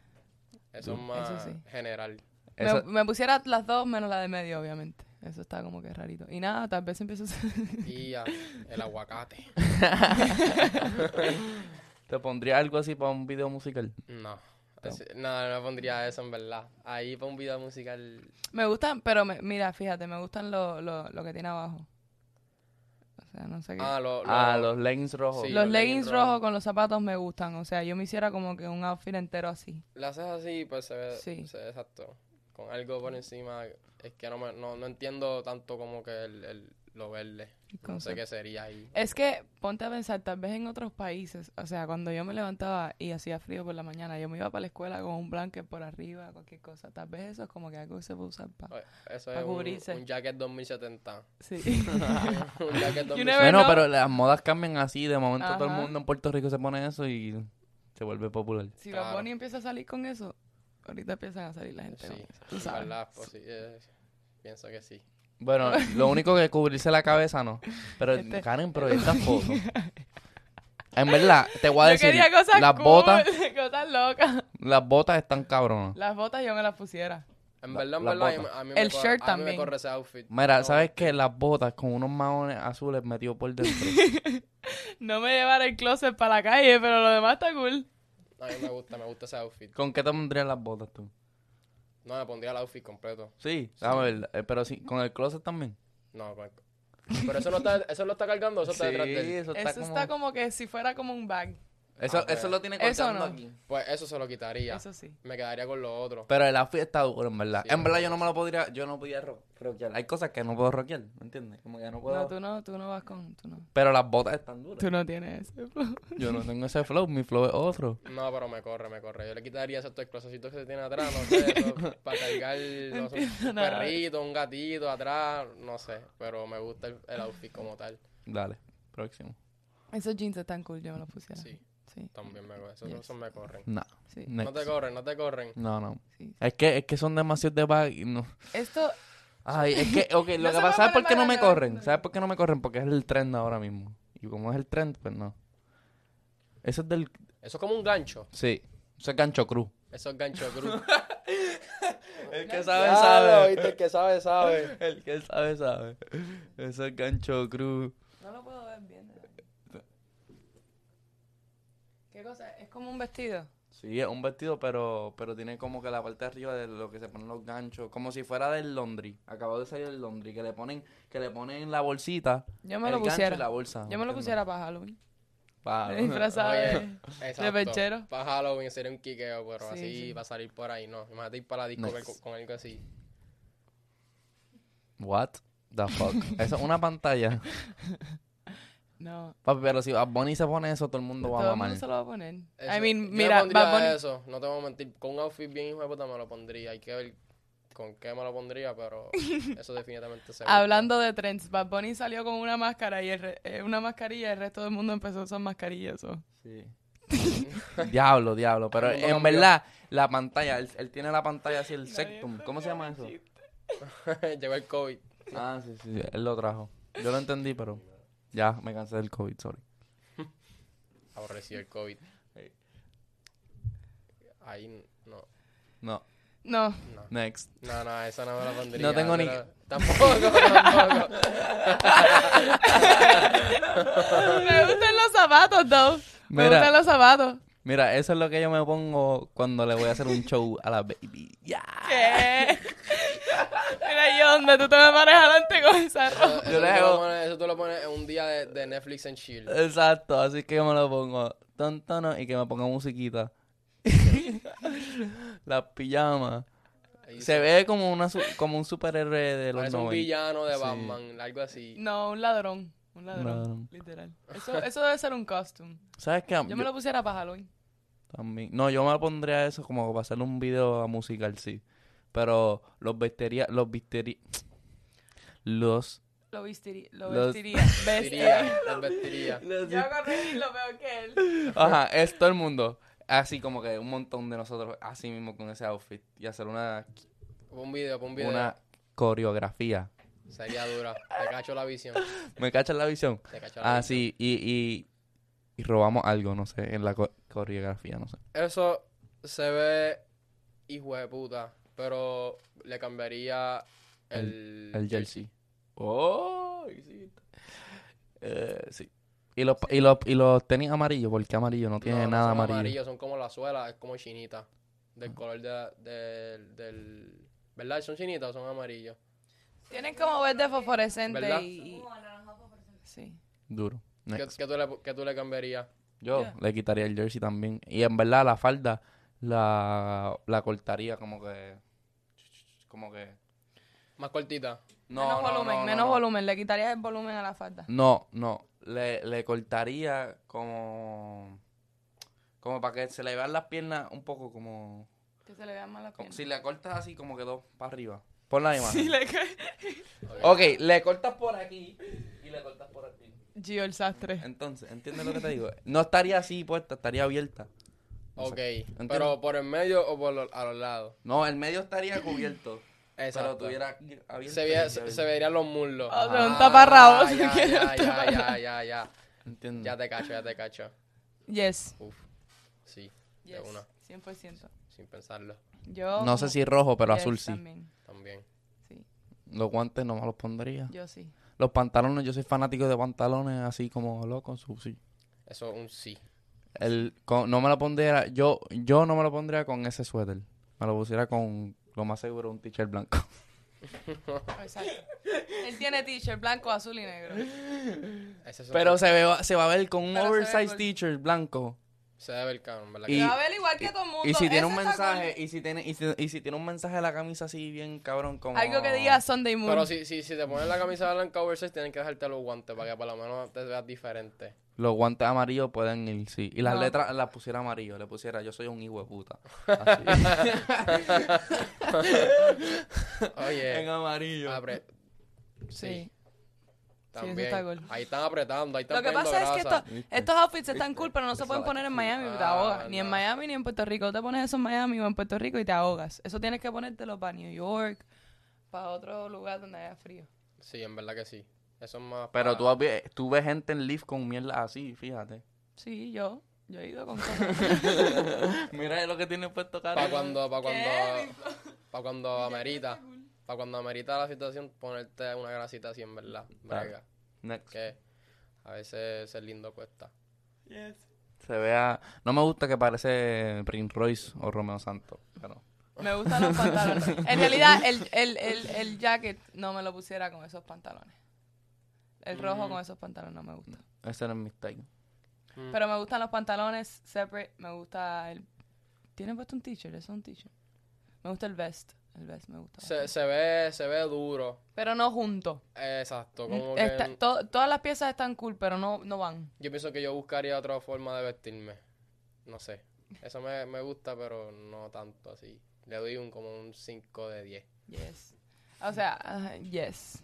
[SPEAKER 3] Eso es más
[SPEAKER 1] sí.
[SPEAKER 3] general.
[SPEAKER 1] Me,
[SPEAKER 2] Esa-
[SPEAKER 1] me pusiera las dos menos la de medio, obviamente. Eso está como que rarito. Y nada, tal vez empiezo a hacer-
[SPEAKER 3] Y ah, el aguacate.
[SPEAKER 2] ¿Te pondría algo así para un video musical?
[SPEAKER 3] No. Es- no, no pondría eso en verdad. Ahí para un video musical.
[SPEAKER 1] Me gustan, pero me- mira, fíjate, me gustan lo, lo, lo que tiene abajo. O sea, no sé qué.
[SPEAKER 3] Ah, lo, lo-
[SPEAKER 2] Ah, los leggings rojos.
[SPEAKER 3] Sí,
[SPEAKER 1] los
[SPEAKER 3] los
[SPEAKER 1] leggings
[SPEAKER 3] leggings
[SPEAKER 1] rojos
[SPEAKER 3] rojos.
[SPEAKER 1] con los zapatos me gustan. O sea, yo me hiciera como que un outfit entero así.
[SPEAKER 3] Lo haces así, pues se ve.
[SPEAKER 1] Sí.
[SPEAKER 3] se ve exacto. Con algo por encima. Es que no, me, no, no entiendo tanto como que el, el- lo verde. No sé
[SPEAKER 1] concepto.
[SPEAKER 3] qué sería ahí.
[SPEAKER 1] Es que ponte a pensar, tal vez en otros países, o sea, cuando yo me levantaba y hacía frío por la mañana, yo me iba para la escuela con un blanket por arriba, cualquier cosa. Tal vez eso es como que algo que se puede usar para.
[SPEAKER 3] Oye, Eso
[SPEAKER 1] Pa'
[SPEAKER 3] es
[SPEAKER 1] cubrirse.
[SPEAKER 3] un, un jacket 2070.
[SPEAKER 1] Sí.
[SPEAKER 3] un jacket 2070.
[SPEAKER 1] never-
[SPEAKER 2] Bueno,
[SPEAKER 1] no.
[SPEAKER 2] pero las modas cambian así. De momento todo
[SPEAKER 1] Ajá.
[SPEAKER 2] el mundo en Puerto Rico se pone eso y se vuelve popular.
[SPEAKER 1] si
[SPEAKER 3] Claro.
[SPEAKER 1] Bad Bunny empieza a salir con eso, ahorita empiezan a salir la gente. con
[SPEAKER 3] Sí,
[SPEAKER 1] eso, tú
[SPEAKER 3] en
[SPEAKER 1] sabes.
[SPEAKER 3] verdad, pues sí, eh, pienso que sí.
[SPEAKER 2] Bueno, lo único que cubrirse la cabeza no. Pero,
[SPEAKER 1] Este-
[SPEAKER 2] Karen, pero esta foto. En verdad, te voy a
[SPEAKER 1] yo
[SPEAKER 2] decir.
[SPEAKER 1] quería cosas
[SPEAKER 2] las
[SPEAKER 1] cool,
[SPEAKER 2] botas,
[SPEAKER 1] cosas locas.
[SPEAKER 2] las botas están cabronas.
[SPEAKER 1] Las botas yo me las pusiera.
[SPEAKER 3] En
[SPEAKER 2] La-
[SPEAKER 3] verdad, en
[SPEAKER 2] las
[SPEAKER 3] verdad, a mí-
[SPEAKER 2] botas.
[SPEAKER 3] a mí
[SPEAKER 1] El
[SPEAKER 3] me corre-
[SPEAKER 1] shirt
[SPEAKER 3] A mí
[SPEAKER 1] también.
[SPEAKER 3] me corre ese outfit.
[SPEAKER 2] Mira,
[SPEAKER 3] No,
[SPEAKER 2] ¿sabes qué? Las botas con unos maones azules metidos por dentro.
[SPEAKER 1] No me llevara el closet para la calle, pero lo demás está cool.
[SPEAKER 3] A mí me gusta, me gusta ese outfit.
[SPEAKER 2] ¿Con qué te pondrías las botas tú?
[SPEAKER 3] No, me pondría el outfit completo.
[SPEAKER 2] Sí, déjame ver. eh, Pero sí, con el closet también.
[SPEAKER 3] No, con- pero eso no está, eso lo está cargando, eso está detrás de él.
[SPEAKER 2] eso
[SPEAKER 1] Eso está como que si fuera como un bag.
[SPEAKER 2] Eso,
[SPEAKER 3] Ah, pues.
[SPEAKER 2] eso lo tiene
[SPEAKER 1] Eso
[SPEAKER 2] cortando
[SPEAKER 1] no.
[SPEAKER 2] aquí.
[SPEAKER 3] Pues eso se lo quitaría.
[SPEAKER 1] Eso sí.
[SPEAKER 3] Me quedaría con lo otro.
[SPEAKER 2] Pero el outfit está duro, en verdad.
[SPEAKER 3] Sí,
[SPEAKER 2] en verdad
[SPEAKER 3] no.
[SPEAKER 2] yo no me lo podría, yo no podía ro- rockear. Hay cosas que no puedo rockear, ¿me entiendes? Como que no puedo.
[SPEAKER 1] No, tú no, tú no vas con. Tú no,
[SPEAKER 2] Pero las botas están duras.
[SPEAKER 1] tú no tienes ese flow.
[SPEAKER 2] Yo no tengo ese flow, mi flow es otro.
[SPEAKER 3] No, pero me corre, me corre. Yo le quitaría esos closecitos que se tiene atrás, no sé, eso, para cargar no sé,
[SPEAKER 1] entiendo
[SPEAKER 3] un
[SPEAKER 1] nada.
[SPEAKER 3] perrito, un gatito atrás, no sé. Pero me gusta el, el outfit como tal.
[SPEAKER 2] Dale, próximo.
[SPEAKER 1] Esos jeans están cool, yo me los pusiera.
[SPEAKER 3] Sí.
[SPEAKER 1] Sí,
[SPEAKER 3] También me corren. Esos
[SPEAKER 1] Yes.
[SPEAKER 3] esos me corren.
[SPEAKER 2] No,
[SPEAKER 1] sí,
[SPEAKER 3] No te
[SPEAKER 2] next.
[SPEAKER 3] corren, no te corren.
[SPEAKER 2] no, no.
[SPEAKER 1] sí.
[SPEAKER 2] Es que, es que son demasiados de bag. y No.
[SPEAKER 1] Esto,
[SPEAKER 2] Ay, es que, ok, lo
[SPEAKER 1] No
[SPEAKER 2] que
[SPEAKER 1] se
[SPEAKER 2] pasa,
[SPEAKER 1] me pone
[SPEAKER 2] ¿sabes por qué no me
[SPEAKER 1] mala, no,
[SPEAKER 2] corren?
[SPEAKER 1] no.
[SPEAKER 2] ¿Sabes por qué no me corren? Porque es el trend ahora mismo. Y como es el trend, pues no. Eso es del.
[SPEAKER 3] Eso es como un gancho.
[SPEAKER 2] Sí, eso es gancho cruz.
[SPEAKER 3] Eso es gancho cruz.
[SPEAKER 2] El
[SPEAKER 1] que
[SPEAKER 2] sabe,
[SPEAKER 3] El que sabe, sabe.
[SPEAKER 2] El que sabe, sabe. Eso es gancho cruz.
[SPEAKER 1] no lo puedo ver bien. de verdad. ¿Qué cosa? Es como un vestido.
[SPEAKER 2] Sí, es un vestido, pero, pero tiene como que la parte de arriba de lo que se ponen los ganchos. Como si fuera del laundry. Acabo de salir del laundry. Que le ponen, que le ponen la bolsita.
[SPEAKER 1] Yo me
[SPEAKER 2] el
[SPEAKER 1] lo
[SPEAKER 2] gancho y
[SPEAKER 1] pusiera.
[SPEAKER 2] la Ah, bolsa.
[SPEAKER 1] Yo me lo
[SPEAKER 2] ¿entiendes?
[SPEAKER 1] pusiera para Halloween.
[SPEAKER 2] Pa-
[SPEAKER 1] Me disfrazaba de-
[SPEAKER 3] Exacto.
[SPEAKER 1] perchero.
[SPEAKER 3] Para Halloween sería un quiqueo, pero
[SPEAKER 1] Sí,
[SPEAKER 3] así
[SPEAKER 1] sí.
[SPEAKER 3] va a salir por ahí, no. Imagínate ir para la disco
[SPEAKER 2] Nice.
[SPEAKER 3] con, con algo así.
[SPEAKER 2] What the fuck? Eso es una pantalla.
[SPEAKER 1] No.
[SPEAKER 2] Papi, pero si Bad Bunny se pone eso, todo el mundo va
[SPEAKER 1] Todo
[SPEAKER 2] a
[SPEAKER 1] el
[SPEAKER 2] mamar.
[SPEAKER 1] mundo se lo va a poner. I
[SPEAKER 3] Eso-
[SPEAKER 1] mean,
[SPEAKER 3] yo me
[SPEAKER 1] mira,
[SPEAKER 3] pondría
[SPEAKER 1] Bad Bunny-
[SPEAKER 3] eso, no te voy a mentir. Con un outfit bien hijo de puta me lo pondría. Hay que ver con qué me lo pondría, pero eso definitivamente se
[SPEAKER 1] Hablando de trends, Bad Bunny salió con una máscara y el re- eh, una mascarilla y el resto del mundo empezó a usar mascarillas. so.
[SPEAKER 2] Sí. diablo, diablo. Pero
[SPEAKER 3] El mundo
[SPEAKER 2] en
[SPEAKER 3] cambió.
[SPEAKER 2] verdad, la pantalla, él, él tiene la pantalla así, el sectum. ¿Cómo se llama eso?
[SPEAKER 3] Llegó el COVID.
[SPEAKER 2] Ah, sí, sí, sí, él lo trajo. Yo lo entendí, pero ya me cansé del COVID, sorry.
[SPEAKER 3] Aborreció el COVID.
[SPEAKER 2] Ey.
[SPEAKER 3] Ahí no.
[SPEAKER 2] No,
[SPEAKER 1] No,
[SPEAKER 3] No,
[SPEAKER 2] next.
[SPEAKER 3] no, no esa no me la pondría.
[SPEAKER 2] No tengo ni-
[SPEAKER 3] pero- Tampoco, tampoco.
[SPEAKER 1] me gustan los zapatos, though. Me
[SPEAKER 2] Mira.
[SPEAKER 1] gustan los zapatos.
[SPEAKER 2] Mira, eso es lo que yo me pongo cuando le voy a hacer un show a la baby. Ya.
[SPEAKER 1] ¿Qué? Mira, yo donde tú te me pares adelante con esa ropa.
[SPEAKER 3] Eso,
[SPEAKER 2] Yo le
[SPEAKER 3] tú lo
[SPEAKER 2] hago-
[SPEAKER 3] pones- eso tú lo pones en un día de, de Netflix and chill.
[SPEAKER 2] Exacto, así que yo me lo pongo tontono y que me ponga musiquita. Las pijamas.
[SPEAKER 3] Ahí
[SPEAKER 2] Se ve como una su- como un superhéroe de los
[SPEAKER 3] Parece un
[SPEAKER 2] 90.
[SPEAKER 3] villano de
[SPEAKER 2] Sí.
[SPEAKER 3] Batman, algo así.
[SPEAKER 1] No, un ladrón. Un ladrón,
[SPEAKER 2] Ladrón.
[SPEAKER 1] literal. Eso, eso debe ser un costume.
[SPEAKER 2] ¿Sabes qué?
[SPEAKER 1] Yo me
[SPEAKER 2] Yo-
[SPEAKER 1] lo pusiera para Halloween.
[SPEAKER 2] También. No, yo me pondría eso como para hacer un video musical, sí. Pero los vestiría, los vistería, los
[SPEAKER 1] Lo, vestiría. lo
[SPEAKER 2] Los-
[SPEAKER 1] vestiría. Vestiría.
[SPEAKER 3] Vestiría, los vestiría.
[SPEAKER 1] Yo hago reír lo peor que él.
[SPEAKER 2] Ajá, es todo el mundo. Así como que un montón de nosotros, así mismo con ese outfit. Y hacer una,
[SPEAKER 3] Pon un video, pon un video.
[SPEAKER 2] una coreografía.
[SPEAKER 3] Sería dura. Te cacho la visión.
[SPEAKER 2] ¿Me cachas la visión?
[SPEAKER 3] Te cacho la
[SPEAKER 2] Ah,
[SPEAKER 3] visión.
[SPEAKER 2] sí, y, y, y robamos algo, no sé, en la co- coreografía, no sé.
[SPEAKER 3] Eso se ve hijo de puta, pero le cambiaría el,
[SPEAKER 2] El jersey. ¡Oh! hiciste. Eh, sí. Y los, pa- y, los, y los tenis amarillos, porque amarillo no tiene
[SPEAKER 3] No, no
[SPEAKER 2] nada
[SPEAKER 3] son
[SPEAKER 2] amarillo.
[SPEAKER 3] amarillos, son como la suela, es como chinita. Del color de, del- del. ¿Verdad? ¿Son chinitas o son amarillos?
[SPEAKER 1] Tienen como verde fosforescente
[SPEAKER 3] ¿Verdad?
[SPEAKER 1] y, y- Sí.
[SPEAKER 2] Duro.
[SPEAKER 3] ¿Qué,
[SPEAKER 2] Next.
[SPEAKER 3] qué tú le, qué tú le cambiarías?
[SPEAKER 2] Yo
[SPEAKER 1] Ya.
[SPEAKER 2] le quitaría el jersey también. Y en verdad la falda la, la cortaría como que... Como que...
[SPEAKER 3] Más cortita.
[SPEAKER 2] No,
[SPEAKER 1] menos
[SPEAKER 2] no,
[SPEAKER 1] volumen,
[SPEAKER 2] no, no,
[SPEAKER 1] menos
[SPEAKER 2] no.
[SPEAKER 1] volumen. Le quitaría el volumen a la falda.
[SPEAKER 2] No, no. Le, le cortaría como... Como para que se le vean las piernas un poco como...
[SPEAKER 1] Que se le vean más las
[SPEAKER 2] como-
[SPEAKER 1] piernas.
[SPEAKER 2] si le cortas así como que dos para arriba. Pon la imagen.
[SPEAKER 1] Sí, le
[SPEAKER 2] Ok, le cortas por aquí y le cortas por aquí.
[SPEAKER 1] Gio el sastre.
[SPEAKER 2] Entonces, ¿entiendes lo que te digo? No estaría así puesta, estaría abierta.
[SPEAKER 3] Ok.
[SPEAKER 2] Entiendo.
[SPEAKER 3] Pero por el medio o por lo- a los lados.
[SPEAKER 2] No, el medio estaría cubierto.
[SPEAKER 3] Exacto.
[SPEAKER 2] Pero tuviera aquí abierto.
[SPEAKER 3] se, veía-
[SPEAKER 2] y
[SPEAKER 3] se,
[SPEAKER 2] abierto.
[SPEAKER 3] se verían los
[SPEAKER 1] O
[SPEAKER 3] muslos.
[SPEAKER 1] sea, Oh, un
[SPEAKER 3] Ah,
[SPEAKER 1] taparrabos.
[SPEAKER 3] ya,
[SPEAKER 1] que era
[SPEAKER 3] ya,
[SPEAKER 1] un
[SPEAKER 3] ya,
[SPEAKER 1] taparrabos.
[SPEAKER 3] ya, ya, ya.
[SPEAKER 2] Entiendo.
[SPEAKER 3] Ya te cacho, ya te cacho.
[SPEAKER 1] Yes.
[SPEAKER 3] Uf. Sí, de
[SPEAKER 1] Yes.
[SPEAKER 3] una,
[SPEAKER 1] 100%.
[SPEAKER 3] sin pensarlo.
[SPEAKER 1] Yo.
[SPEAKER 2] No sé si rojo, pero
[SPEAKER 1] Yes,
[SPEAKER 2] azul sí.
[SPEAKER 1] también.
[SPEAKER 3] También.
[SPEAKER 1] Sí,
[SPEAKER 2] Los guantes no me los pondría.
[SPEAKER 1] yo sí.
[SPEAKER 2] Los pantalones, yo soy fanático de pantalones así como loco, su- sí.
[SPEAKER 3] Eso es un sí.
[SPEAKER 2] El, con- no me lo pondría, yo, yo no me lo pondría con ese suéter. Me lo pusiera con, lo más seguro, un t-shirt blanco.
[SPEAKER 1] Exacto. Él tiene t-shirt blanco, azul y negro.
[SPEAKER 3] Ese es un
[SPEAKER 2] Pero
[SPEAKER 3] sí.
[SPEAKER 2] se, ve, se va a ver con un
[SPEAKER 1] Pero se ve
[SPEAKER 2] oversized
[SPEAKER 1] cool.
[SPEAKER 2] t-shirt blanco.
[SPEAKER 3] se debe el canon, ¿verdad?
[SPEAKER 2] Y-
[SPEAKER 1] Pero a ver, igual que todo el mundo.
[SPEAKER 2] Y si tiene
[SPEAKER 1] Ese
[SPEAKER 2] un
[SPEAKER 1] está
[SPEAKER 2] mensaje, y si tiene, y si, y si tiene un mensaje de la camisa así bien cabrón
[SPEAKER 1] cool.
[SPEAKER 2] como
[SPEAKER 1] Algo que diga Sunday Moon.
[SPEAKER 3] Pero si, si, si te pones la camisa blanca oversize, tienen que dejarte los guantes para que por lo menos te veas diferente.
[SPEAKER 2] los guantes amarillos pueden ir, sí. Y las
[SPEAKER 1] No.
[SPEAKER 2] letras las pusiera amarillo, le pusiera yo soy un hijo de puta. Así. en
[SPEAKER 3] Oye,
[SPEAKER 1] Eh, ah,
[SPEAKER 2] amarillo.
[SPEAKER 3] abre.
[SPEAKER 1] Sí. Sí, eso
[SPEAKER 3] También.
[SPEAKER 1] está cool.
[SPEAKER 3] Ahí están apretando, ahí están
[SPEAKER 1] Lo que
[SPEAKER 3] poniendo
[SPEAKER 1] pasa es que
[SPEAKER 3] grasa.
[SPEAKER 2] grasa.
[SPEAKER 1] esto- estos outfits están cool, pero no se
[SPEAKER 2] Eso
[SPEAKER 1] pueden
[SPEAKER 2] está
[SPEAKER 1] poner en Miami, porque te
[SPEAKER 3] Ah,
[SPEAKER 1] ahogas. Ni en
[SPEAKER 3] no.
[SPEAKER 1] Miami ni en Puerto Rico. Te pones eso en Miami o en Puerto Rico y te ahogas. Eso tienes que ponértelo para New York, para otro lugar donde haya frío.
[SPEAKER 3] Sí, en verdad que sí. Eso es más.
[SPEAKER 2] Pero
[SPEAKER 1] ah.
[SPEAKER 3] pa-
[SPEAKER 2] tú, has vi- tú ves gente en Leaf con mierda así, fíjate.
[SPEAKER 1] Sí, yo. Yo he ido con cosas.
[SPEAKER 2] Mira lo que tiene puesto cara.
[SPEAKER 3] Para cuando, para
[SPEAKER 1] ¿Qué?
[SPEAKER 3] cuando, para cuando amerita, para cuando amerita la situación, ponerte una grasita así en verdad,
[SPEAKER 2] Claro.
[SPEAKER 3] brega,
[SPEAKER 2] Next.
[SPEAKER 3] que a veces ser lindo cuesta.
[SPEAKER 2] Se vea. No me gusta que parece Prince Royce o Romeo Santos. Pero...
[SPEAKER 1] Me gustan los pantalones. En realidad, el, el, el, el jacket no me lo pusiera con esos pantalones. El rojo
[SPEAKER 3] Mm.
[SPEAKER 1] con esos pantalones no me gusta.
[SPEAKER 2] Ese no es mi style.
[SPEAKER 3] Mm.
[SPEAKER 1] Pero me gustan los pantalones separate. Me gusta el. ¿Tienen puesto un t-shirt? ¿Eso es un t-shirt? Me gusta el vest. El vest me gusta.
[SPEAKER 3] se,
[SPEAKER 1] bastante.
[SPEAKER 3] se ve, se ve duro,
[SPEAKER 1] Pero no junto.
[SPEAKER 3] exacto, como
[SPEAKER 1] Mm, Está-
[SPEAKER 3] que
[SPEAKER 1] to- todas las piezas están cool, pero no, no van.
[SPEAKER 3] yo pienso que yo buscaría otra forma de vestirme, no sé, eso me, me gusta, pero no tanto así, le doy un como un 5 de 10.
[SPEAKER 1] Yes. O sea, ajá, yes.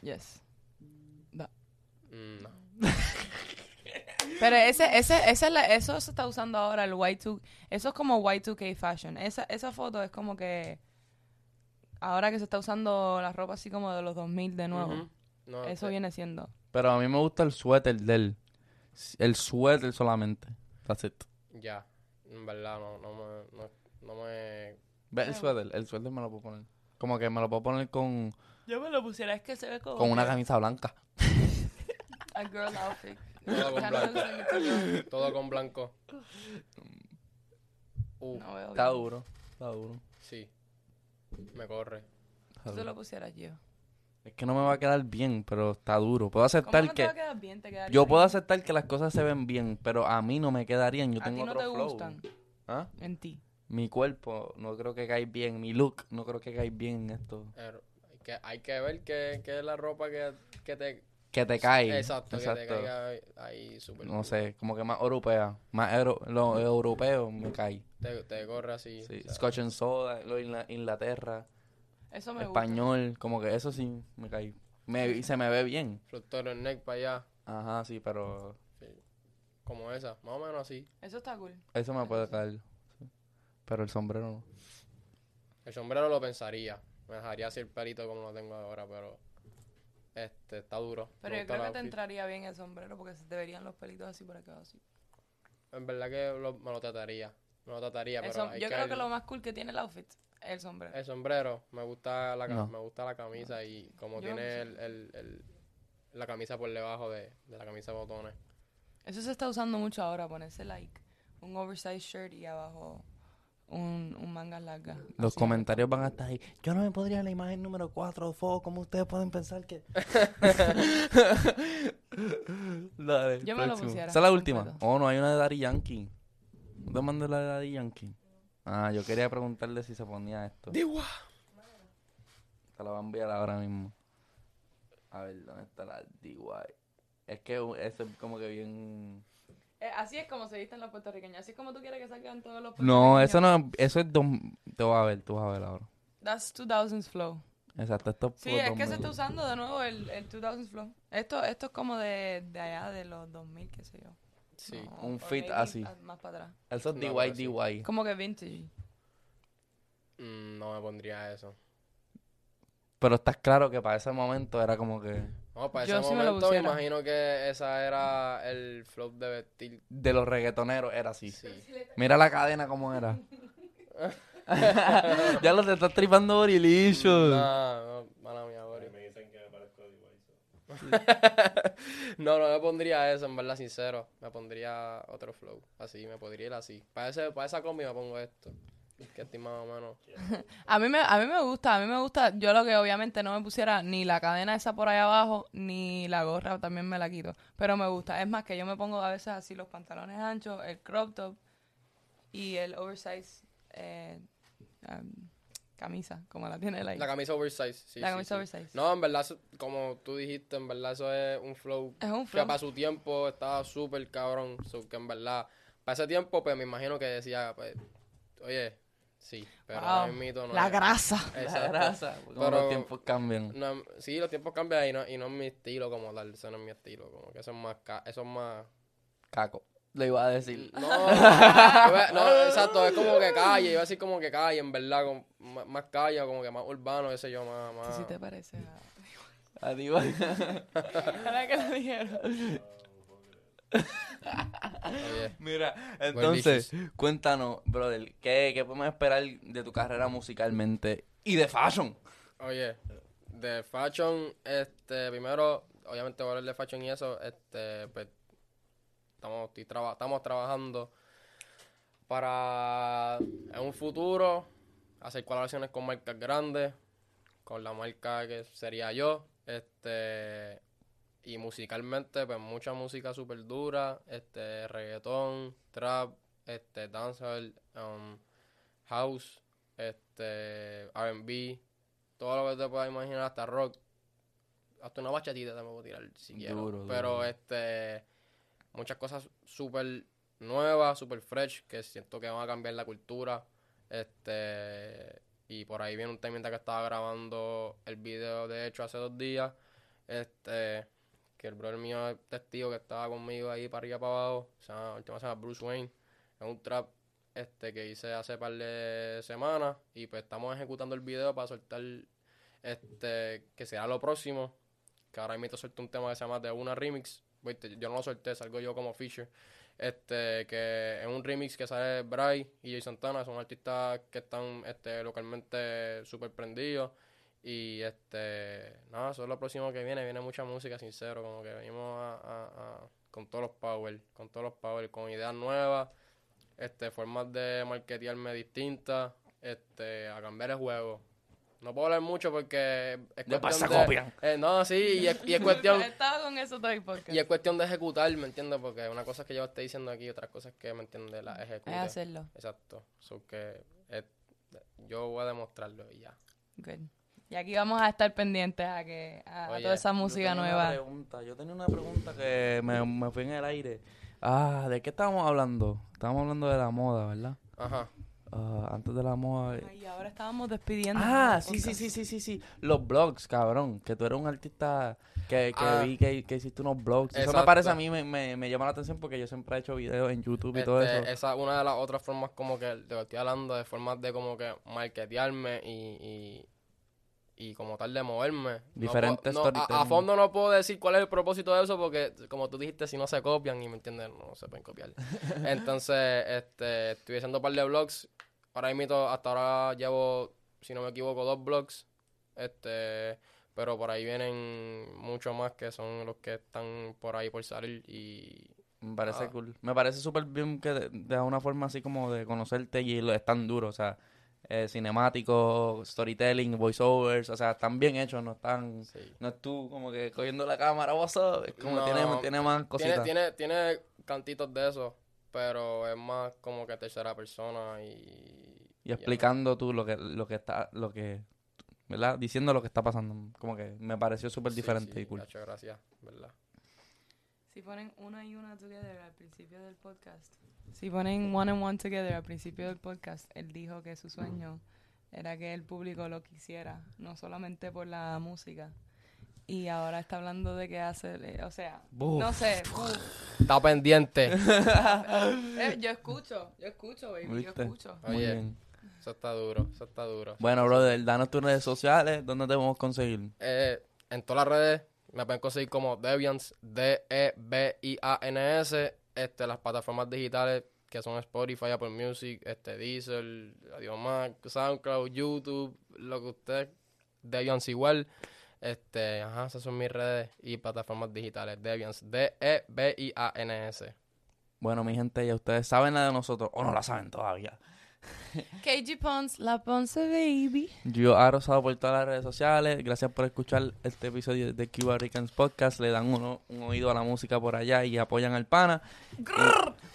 [SPEAKER 1] Yes.
[SPEAKER 3] Mm, no.
[SPEAKER 1] Pero ese, ese, esa es la- eso se está usando ahora, el Y2. Eso es como Y2K fashion. Esa, esa foto es como que. Ahora que se está usando la ropa así como de los 2000 de nuevo.
[SPEAKER 3] Ujú. No,
[SPEAKER 1] Eso
[SPEAKER 3] eh,
[SPEAKER 1] viene siendo.
[SPEAKER 2] Pero a mí me gusta el suéter de él. El suéter solamente. That's it.
[SPEAKER 3] Ya, en verdad no, no me, no, no me,
[SPEAKER 2] ¿Ves
[SPEAKER 1] Ah.
[SPEAKER 2] el suéter? El suéter me lo puedo poner. Como que me lo puedo poner con,
[SPEAKER 1] Yo me lo pusiera, es que se ve como.
[SPEAKER 2] con una camisa blanca.
[SPEAKER 1] A girl outfit.
[SPEAKER 3] Todo con
[SPEAKER 1] Ya no
[SPEAKER 3] blanco.
[SPEAKER 1] sé ni qué yo-
[SPEAKER 3] todo con blanco. Uh,
[SPEAKER 1] no veo
[SPEAKER 2] Está
[SPEAKER 1] bien.
[SPEAKER 2] duro. Está duro.
[SPEAKER 3] Sí. Me corre.
[SPEAKER 2] Está
[SPEAKER 1] Tú te
[SPEAKER 2] duro.
[SPEAKER 1] lo pusieras yo.
[SPEAKER 2] Es que no me va a quedar bien, pero está duro.
[SPEAKER 1] ¿Cómo
[SPEAKER 2] Puedo
[SPEAKER 1] no
[SPEAKER 2] aceptar
[SPEAKER 1] te
[SPEAKER 2] que.
[SPEAKER 1] va a quedar bien? Te quedaría
[SPEAKER 2] Yo puedo
[SPEAKER 1] bien.
[SPEAKER 2] aceptar que las cosas se ven bien, pero a mí no me quedarían. Yo
[SPEAKER 1] A ti
[SPEAKER 2] tengo
[SPEAKER 1] no
[SPEAKER 2] otro
[SPEAKER 1] te
[SPEAKER 2] flow.
[SPEAKER 1] gustan
[SPEAKER 2] ¿Ah?
[SPEAKER 1] en ti.
[SPEAKER 2] Mi cuerpo no creo que caiga bien. Mi look no creo que caiga bien en esto.
[SPEAKER 3] Eh, hay que, hay que ver qué qué es la ropa que, que te...
[SPEAKER 2] Que te caiga.
[SPEAKER 3] Exacto, que te caiga pues, ahí- ahí súper.
[SPEAKER 2] No
[SPEAKER 3] cool.
[SPEAKER 2] sé, como que más europea. Más euro, lo europeo me cae.
[SPEAKER 3] Te, te corre así.
[SPEAKER 2] Sí,
[SPEAKER 3] o sea,
[SPEAKER 2] Scotch and soda, lo Inla- Inglaterra,
[SPEAKER 1] Eso me gusta.
[SPEAKER 2] español, como que eso sí me cae. Me, y se me ve bien.
[SPEAKER 3] Fluctuar el neck para allá.
[SPEAKER 2] Ajá, sí, pero
[SPEAKER 3] Como esa. Más o menos así.
[SPEAKER 1] Eso está cool.
[SPEAKER 2] eso me
[SPEAKER 1] Eso
[SPEAKER 2] puede
[SPEAKER 1] sí.
[SPEAKER 2] caer. sí. Pero el sombrero no.
[SPEAKER 3] El sombrero lo pensaría. Me dejaría así el pelito como lo tengo ahora, pero... Este, está duro.
[SPEAKER 1] Pero
[SPEAKER 3] Me
[SPEAKER 1] yo
[SPEAKER 3] gusta
[SPEAKER 1] creo
[SPEAKER 3] el
[SPEAKER 1] que te
[SPEAKER 3] outfit.
[SPEAKER 1] entraría bien el sombrero porque se te verían los pelitos así por acá así.
[SPEAKER 3] En verdad que lo- me lo trataría. Me lo trataría,
[SPEAKER 1] El
[SPEAKER 3] pero
[SPEAKER 1] som-
[SPEAKER 3] hay Eh.
[SPEAKER 1] yo creo
[SPEAKER 3] ver-
[SPEAKER 1] que lo más cool que tiene el outfit es el sombrero.
[SPEAKER 3] El sombrero, me gusta la, ca-
[SPEAKER 2] No.
[SPEAKER 3] me gusta la camisa y como
[SPEAKER 1] Yo
[SPEAKER 3] tiene
[SPEAKER 1] no
[SPEAKER 3] el, el- el- la camisa por debajo de, de la camisa de botones.
[SPEAKER 1] Eso se está usando mucho ahora, ponerse like un oversized shirt y abajo un, un manga larga.
[SPEAKER 2] Los
[SPEAKER 1] así.
[SPEAKER 2] comentarios van a estar ahí. Yo no me podría en la imagen número 4 de fuego. ¿Cómo ustedes pueden pensar que.? Dale,
[SPEAKER 1] Yo me lo
[SPEAKER 2] próximo.
[SPEAKER 1] pusiera,
[SPEAKER 2] Esa es la última.
[SPEAKER 1] completo.
[SPEAKER 2] Oh, no, hay una de Daddy Yankee. ¿No te mandé la de Daddy Yankee? Ah, yo quería preguntarle si se ponía esto. Te la voy a enviar ahora mismo. A ver, ¿dónde está la DY? Es que uh, eso es como que bien.
[SPEAKER 1] Eh, así es como se visten los puertorriqueños. Así es como tú quieres que salgan todos los
[SPEAKER 2] No,
[SPEAKER 1] puertorriqueños.
[SPEAKER 2] eso no. Eso es. Dos... Te vas a ver, tú vas a ver ahora.
[SPEAKER 1] That's 2000s flow.
[SPEAKER 2] Exacto, esto es.
[SPEAKER 1] Sí,
[SPEAKER 2] puro
[SPEAKER 1] es que se
[SPEAKER 2] 2000.
[SPEAKER 1] está usando de nuevo el, el 2000 flow. Esto, esto es como de, de allá, de los 2000, qué sé yo.
[SPEAKER 3] Sí.
[SPEAKER 1] No,
[SPEAKER 2] un
[SPEAKER 1] o
[SPEAKER 2] fit
[SPEAKER 1] maybe
[SPEAKER 2] así.
[SPEAKER 1] a- Más para atrás.
[SPEAKER 2] Eso es
[SPEAKER 3] No,
[SPEAKER 2] DY,
[SPEAKER 3] pero sí.
[SPEAKER 2] DY.
[SPEAKER 1] Como que vintage.
[SPEAKER 3] Mm, no me pondría eso.
[SPEAKER 2] Pero estás claro que para ese momento era como que
[SPEAKER 3] No, para
[SPEAKER 1] Yo
[SPEAKER 3] ese
[SPEAKER 1] sí me lo
[SPEAKER 3] momento me
[SPEAKER 1] pusiera.
[SPEAKER 3] imagino que esa era el flop de vestir.
[SPEAKER 2] de los reggaetoneros era así.
[SPEAKER 3] Sí.
[SPEAKER 2] Mira la cadena como era. ya lo te estás tripando Borilicious.
[SPEAKER 3] No, no, mala mía, Boris. no, no me pondría eso, en verdad, sincero. Me pondría otro flow. Así, me podría ir así. Para, ese, para esa combi me pongo esto. Que estoy más o menos.
[SPEAKER 1] A mí, me, a mí me gusta, a mí me gusta. Yo lo que obviamente no me pusiera ni la cadena esa por ahí abajo, ni la gorra también me la quito. Pero me gusta. Es más que yo me pongo a veces así los pantalones anchos, el crop top y el oversize eh, um, camisa, como la tiene la
[SPEAKER 3] La camisa oversize, sí.
[SPEAKER 1] La
[SPEAKER 3] sí,
[SPEAKER 1] camisa
[SPEAKER 3] sí.
[SPEAKER 1] oversize.
[SPEAKER 3] No, en verdad, eso- como tú dijiste, en verdad eso es un flow
[SPEAKER 1] Es un
[SPEAKER 3] que
[SPEAKER 1] flow.
[SPEAKER 3] para su tiempo estaba súper cabrón. so que en verdad, para ese tiempo, pues me imagino que decía, pues, oye, Sí, pero
[SPEAKER 1] Wow.
[SPEAKER 3] ahora mismito no
[SPEAKER 1] La
[SPEAKER 3] es-
[SPEAKER 1] grasa.
[SPEAKER 2] La
[SPEAKER 3] Exacto.
[SPEAKER 2] grasa. Como
[SPEAKER 3] Pero-
[SPEAKER 2] los tiempos cambian.
[SPEAKER 3] No, em, sí, los tiempos cambian y no, y no es mi estilo como tal, eso no es mi estilo, como que eso es más, ca- eso es más...
[SPEAKER 2] Caco. Le iba a decir.
[SPEAKER 3] No, iba- no, exacto, es como que calle, iba a decir como que calle, en verdad, como más, más calle, como que más urbano, qué sé yo, más...
[SPEAKER 1] Sí,
[SPEAKER 3] más...
[SPEAKER 1] sí te parece a...
[SPEAKER 2] Adiós.
[SPEAKER 1] a la que lo dijeron.
[SPEAKER 3] Oye,
[SPEAKER 2] Mira, entonces, cuéntanos, brother, ¿qué, ¿qué podemos esperar de tu carrera musicalmente y de fashion?
[SPEAKER 3] oye, de fashion, este, primero, obviamente voy a hablar de fashion y eso, este, pues, estamos, estoy traba- estamos trabajando para en un futuro hacer colaboraciones con marcas grandes, con la marca que sería yo, este y musicalmente pues mucha música súper dura, este reggaetón, trap, este dancehall, um, house, este R&B, todo lo que te puedas imaginar hasta rock, hasta una bachatita te me puedo tirar si quiero,
[SPEAKER 2] Duro,
[SPEAKER 3] pero
[SPEAKER 2] duro.
[SPEAKER 3] este muchas cosas súper nuevas, súper fresh, que siento que van a cambiar la cultura. Este, y por ahí viene un temita que estaba grabando el video, de hecho, hace dos días. Este, que el brother mío es testigo que estaba conmigo ahí para arriba para abajo. Se llama, el tema se llama Bruce Wayne. Es un trap este, que hice hace par de semanas. Y pues estamos ejecutando el video para soltar este, que será lo próximo. Que ahora mismo suelto un tema que se llama De Una Remix. Viste, Yo no lo solté, salgo yo como Fisher. Este, que es un remix que sale Bray y Jay Santana, son artistas que están este, localmente súper prendidos. Y este, nada, eso es lo próximo que viene. Viene mucha música, sincero, como que venimos a- a- a- con todos los power, con todos los power, con ideas nuevas, este, formas de marketearme distintas, este, a cambiar el juego. No puedo hablar mucho porque es
[SPEAKER 2] De
[SPEAKER 3] cuestión
[SPEAKER 2] pasacopian.
[SPEAKER 3] eh, no, sí, y es- y es cuestión,
[SPEAKER 1] Estaba con eso todo el podcast.
[SPEAKER 3] y es cuestión de ejecutar, ¿me entiendes? Porque una cosa es que yo esté diciendo aquí, otras cosas que, ¿me entiendes? La
[SPEAKER 1] Es
[SPEAKER 3] ejecute.
[SPEAKER 1] hacerlo.
[SPEAKER 3] Exacto. So que eh, yo voy a demostrarlo y ya.
[SPEAKER 1] Good. Y aquí vamos a estar pendientes a que a
[SPEAKER 3] Oye,
[SPEAKER 1] toda esa
[SPEAKER 2] Yo
[SPEAKER 1] música
[SPEAKER 2] tenía una
[SPEAKER 1] nueva.
[SPEAKER 2] pregunta, yo tenía una pregunta que me, me fui en el aire. Ah, ¿de qué estábamos hablando? Estábamos hablando de la moda, ¿verdad?
[SPEAKER 3] Ajá.
[SPEAKER 2] Ah, antes de la moda. eh.
[SPEAKER 1] Ay, ahora estábamos despidiendo.
[SPEAKER 2] Ah, sí, sí, sí, sí, sí, sí. Los blogs, cabrón. Que tú eres un artista que, que
[SPEAKER 3] Ah.
[SPEAKER 2] vi que, que hiciste unos blogs. Eso me
[SPEAKER 3] Exacto.
[SPEAKER 2] parece a mí, me, me, me llama la atención porque yo siempre he hecho videos en YouTube y todo
[SPEAKER 3] Este,
[SPEAKER 2] eso.
[SPEAKER 3] Esa es una de las otras formas como que de lo que estoy hablando, de formas de como que marketearme y, y, y como tal de moverme. No
[SPEAKER 2] Diferentes
[SPEAKER 3] puedo- no, a- a,
[SPEAKER 2] storytelling.
[SPEAKER 3] fondo no puedo decir cuál es el propósito de eso porque como tú dijiste, si no se copian y me entiendes, no se pueden copiar. Entonces, este, estoy haciendo un par de blogs. Ahora mismo, hasta ahora llevo, si no me equivoco, dos blogs. Este, pero por ahí vienen mucho más que son los que están por ahí por salir y
[SPEAKER 2] Me parece
[SPEAKER 3] Ah.
[SPEAKER 2] cool. Me parece súper bien que de, de una forma así como de conocerte y lo es tan duro, o sea, eh, cinemático, storytelling, voiceovers, o sea, están bien hechos, no están...
[SPEAKER 3] sí.
[SPEAKER 2] No es tú como que cogiendo la cámara, vos sabes, es como
[SPEAKER 3] No,
[SPEAKER 2] tiene, tiene más
[SPEAKER 3] Tiene,
[SPEAKER 2] cositas.
[SPEAKER 3] tiene, tiene cantitos de eso, pero es más como que tercera persona y...
[SPEAKER 2] Y explicando tú lo que, lo que está, lo que, ¿verdad? Diciendo lo que está pasando, como que me pareció súper
[SPEAKER 3] Sí,
[SPEAKER 2] diferente
[SPEAKER 3] sí,
[SPEAKER 2] y cool.
[SPEAKER 3] cacho, gracias, ¿verdad?
[SPEAKER 1] Si ponen una y una together al principio del podcast. Si ponen one and one together al principio del podcast, él dijo que su sueño era que el público lo quisiera, no solamente por la música. Y ahora está hablando de que hace, eh, o sea,
[SPEAKER 2] Buf.
[SPEAKER 1] no sé, buf.
[SPEAKER 3] Está pendiente.
[SPEAKER 1] Eh, yo escucho, yo escucho, baby,
[SPEAKER 2] ¿Viste?
[SPEAKER 1] yo escucho.
[SPEAKER 2] Muy
[SPEAKER 3] Oye.
[SPEAKER 2] bien.
[SPEAKER 3] Eso está duro, eso está duro.
[SPEAKER 2] Bueno, brother, danos tus redes sociales, ¿dónde te podemos conseguir?
[SPEAKER 3] Eh, en todas las redes me pueden conseguir como Deviants, E D-E-B-I-A-N-S, este, las plataformas digitales que son Spotify, Apple Music, este, Deezer, Adiós Mac, SoundCloud, YouTube, lo que usted, Deviants igual. Este, ajá, esas son mis redes y plataformas digitales, Deviants, E D-E-B-I-A-N-S.
[SPEAKER 2] Bueno, mi gente, ya ustedes saben la de nosotros, o no la saben todavía.
[SPEAKER 1] KG Pons, la Ponce Baby.
[SPEAKER 2] Yo ha rozado por todas las redes sociales. Gracias por escuchar este episodio de Cuba Ricans Podcast. Le dan uno, un oído a la música por allá y apoyan al pana.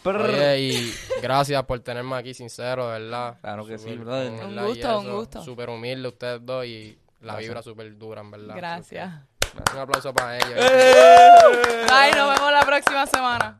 [SPEAKER 2] Prr.
[SPEAKER 3] Oye, y gracias por tenerme aquí, sincero, de verdad.
[SPEAKER 2] Claro que sí,
[SPEAKER 3] Súper,
[SPEAKER 2] brother.
[SPEAKER 3] en
[SPEAKER 2] Un
[SPEAKER 3] verdad, y
[SPEAKER 1] gusto, un
[SPEAKER 3] eso,
[SPEAKER 1] gusto.
[SPEAKER 3] Súper humilde ustedes dos y la
[SPEAKER 2] Gracias.
[SPEAKER 3] vibra súper dura, en verdad.
[SPEAKER 1] Gracias.
[SPEAKER 2] ¡Eh!
[SPEAKER 3] Un aplauso para ellos.
[SPEAKER 1] Bye, nos vemos la próxima semana.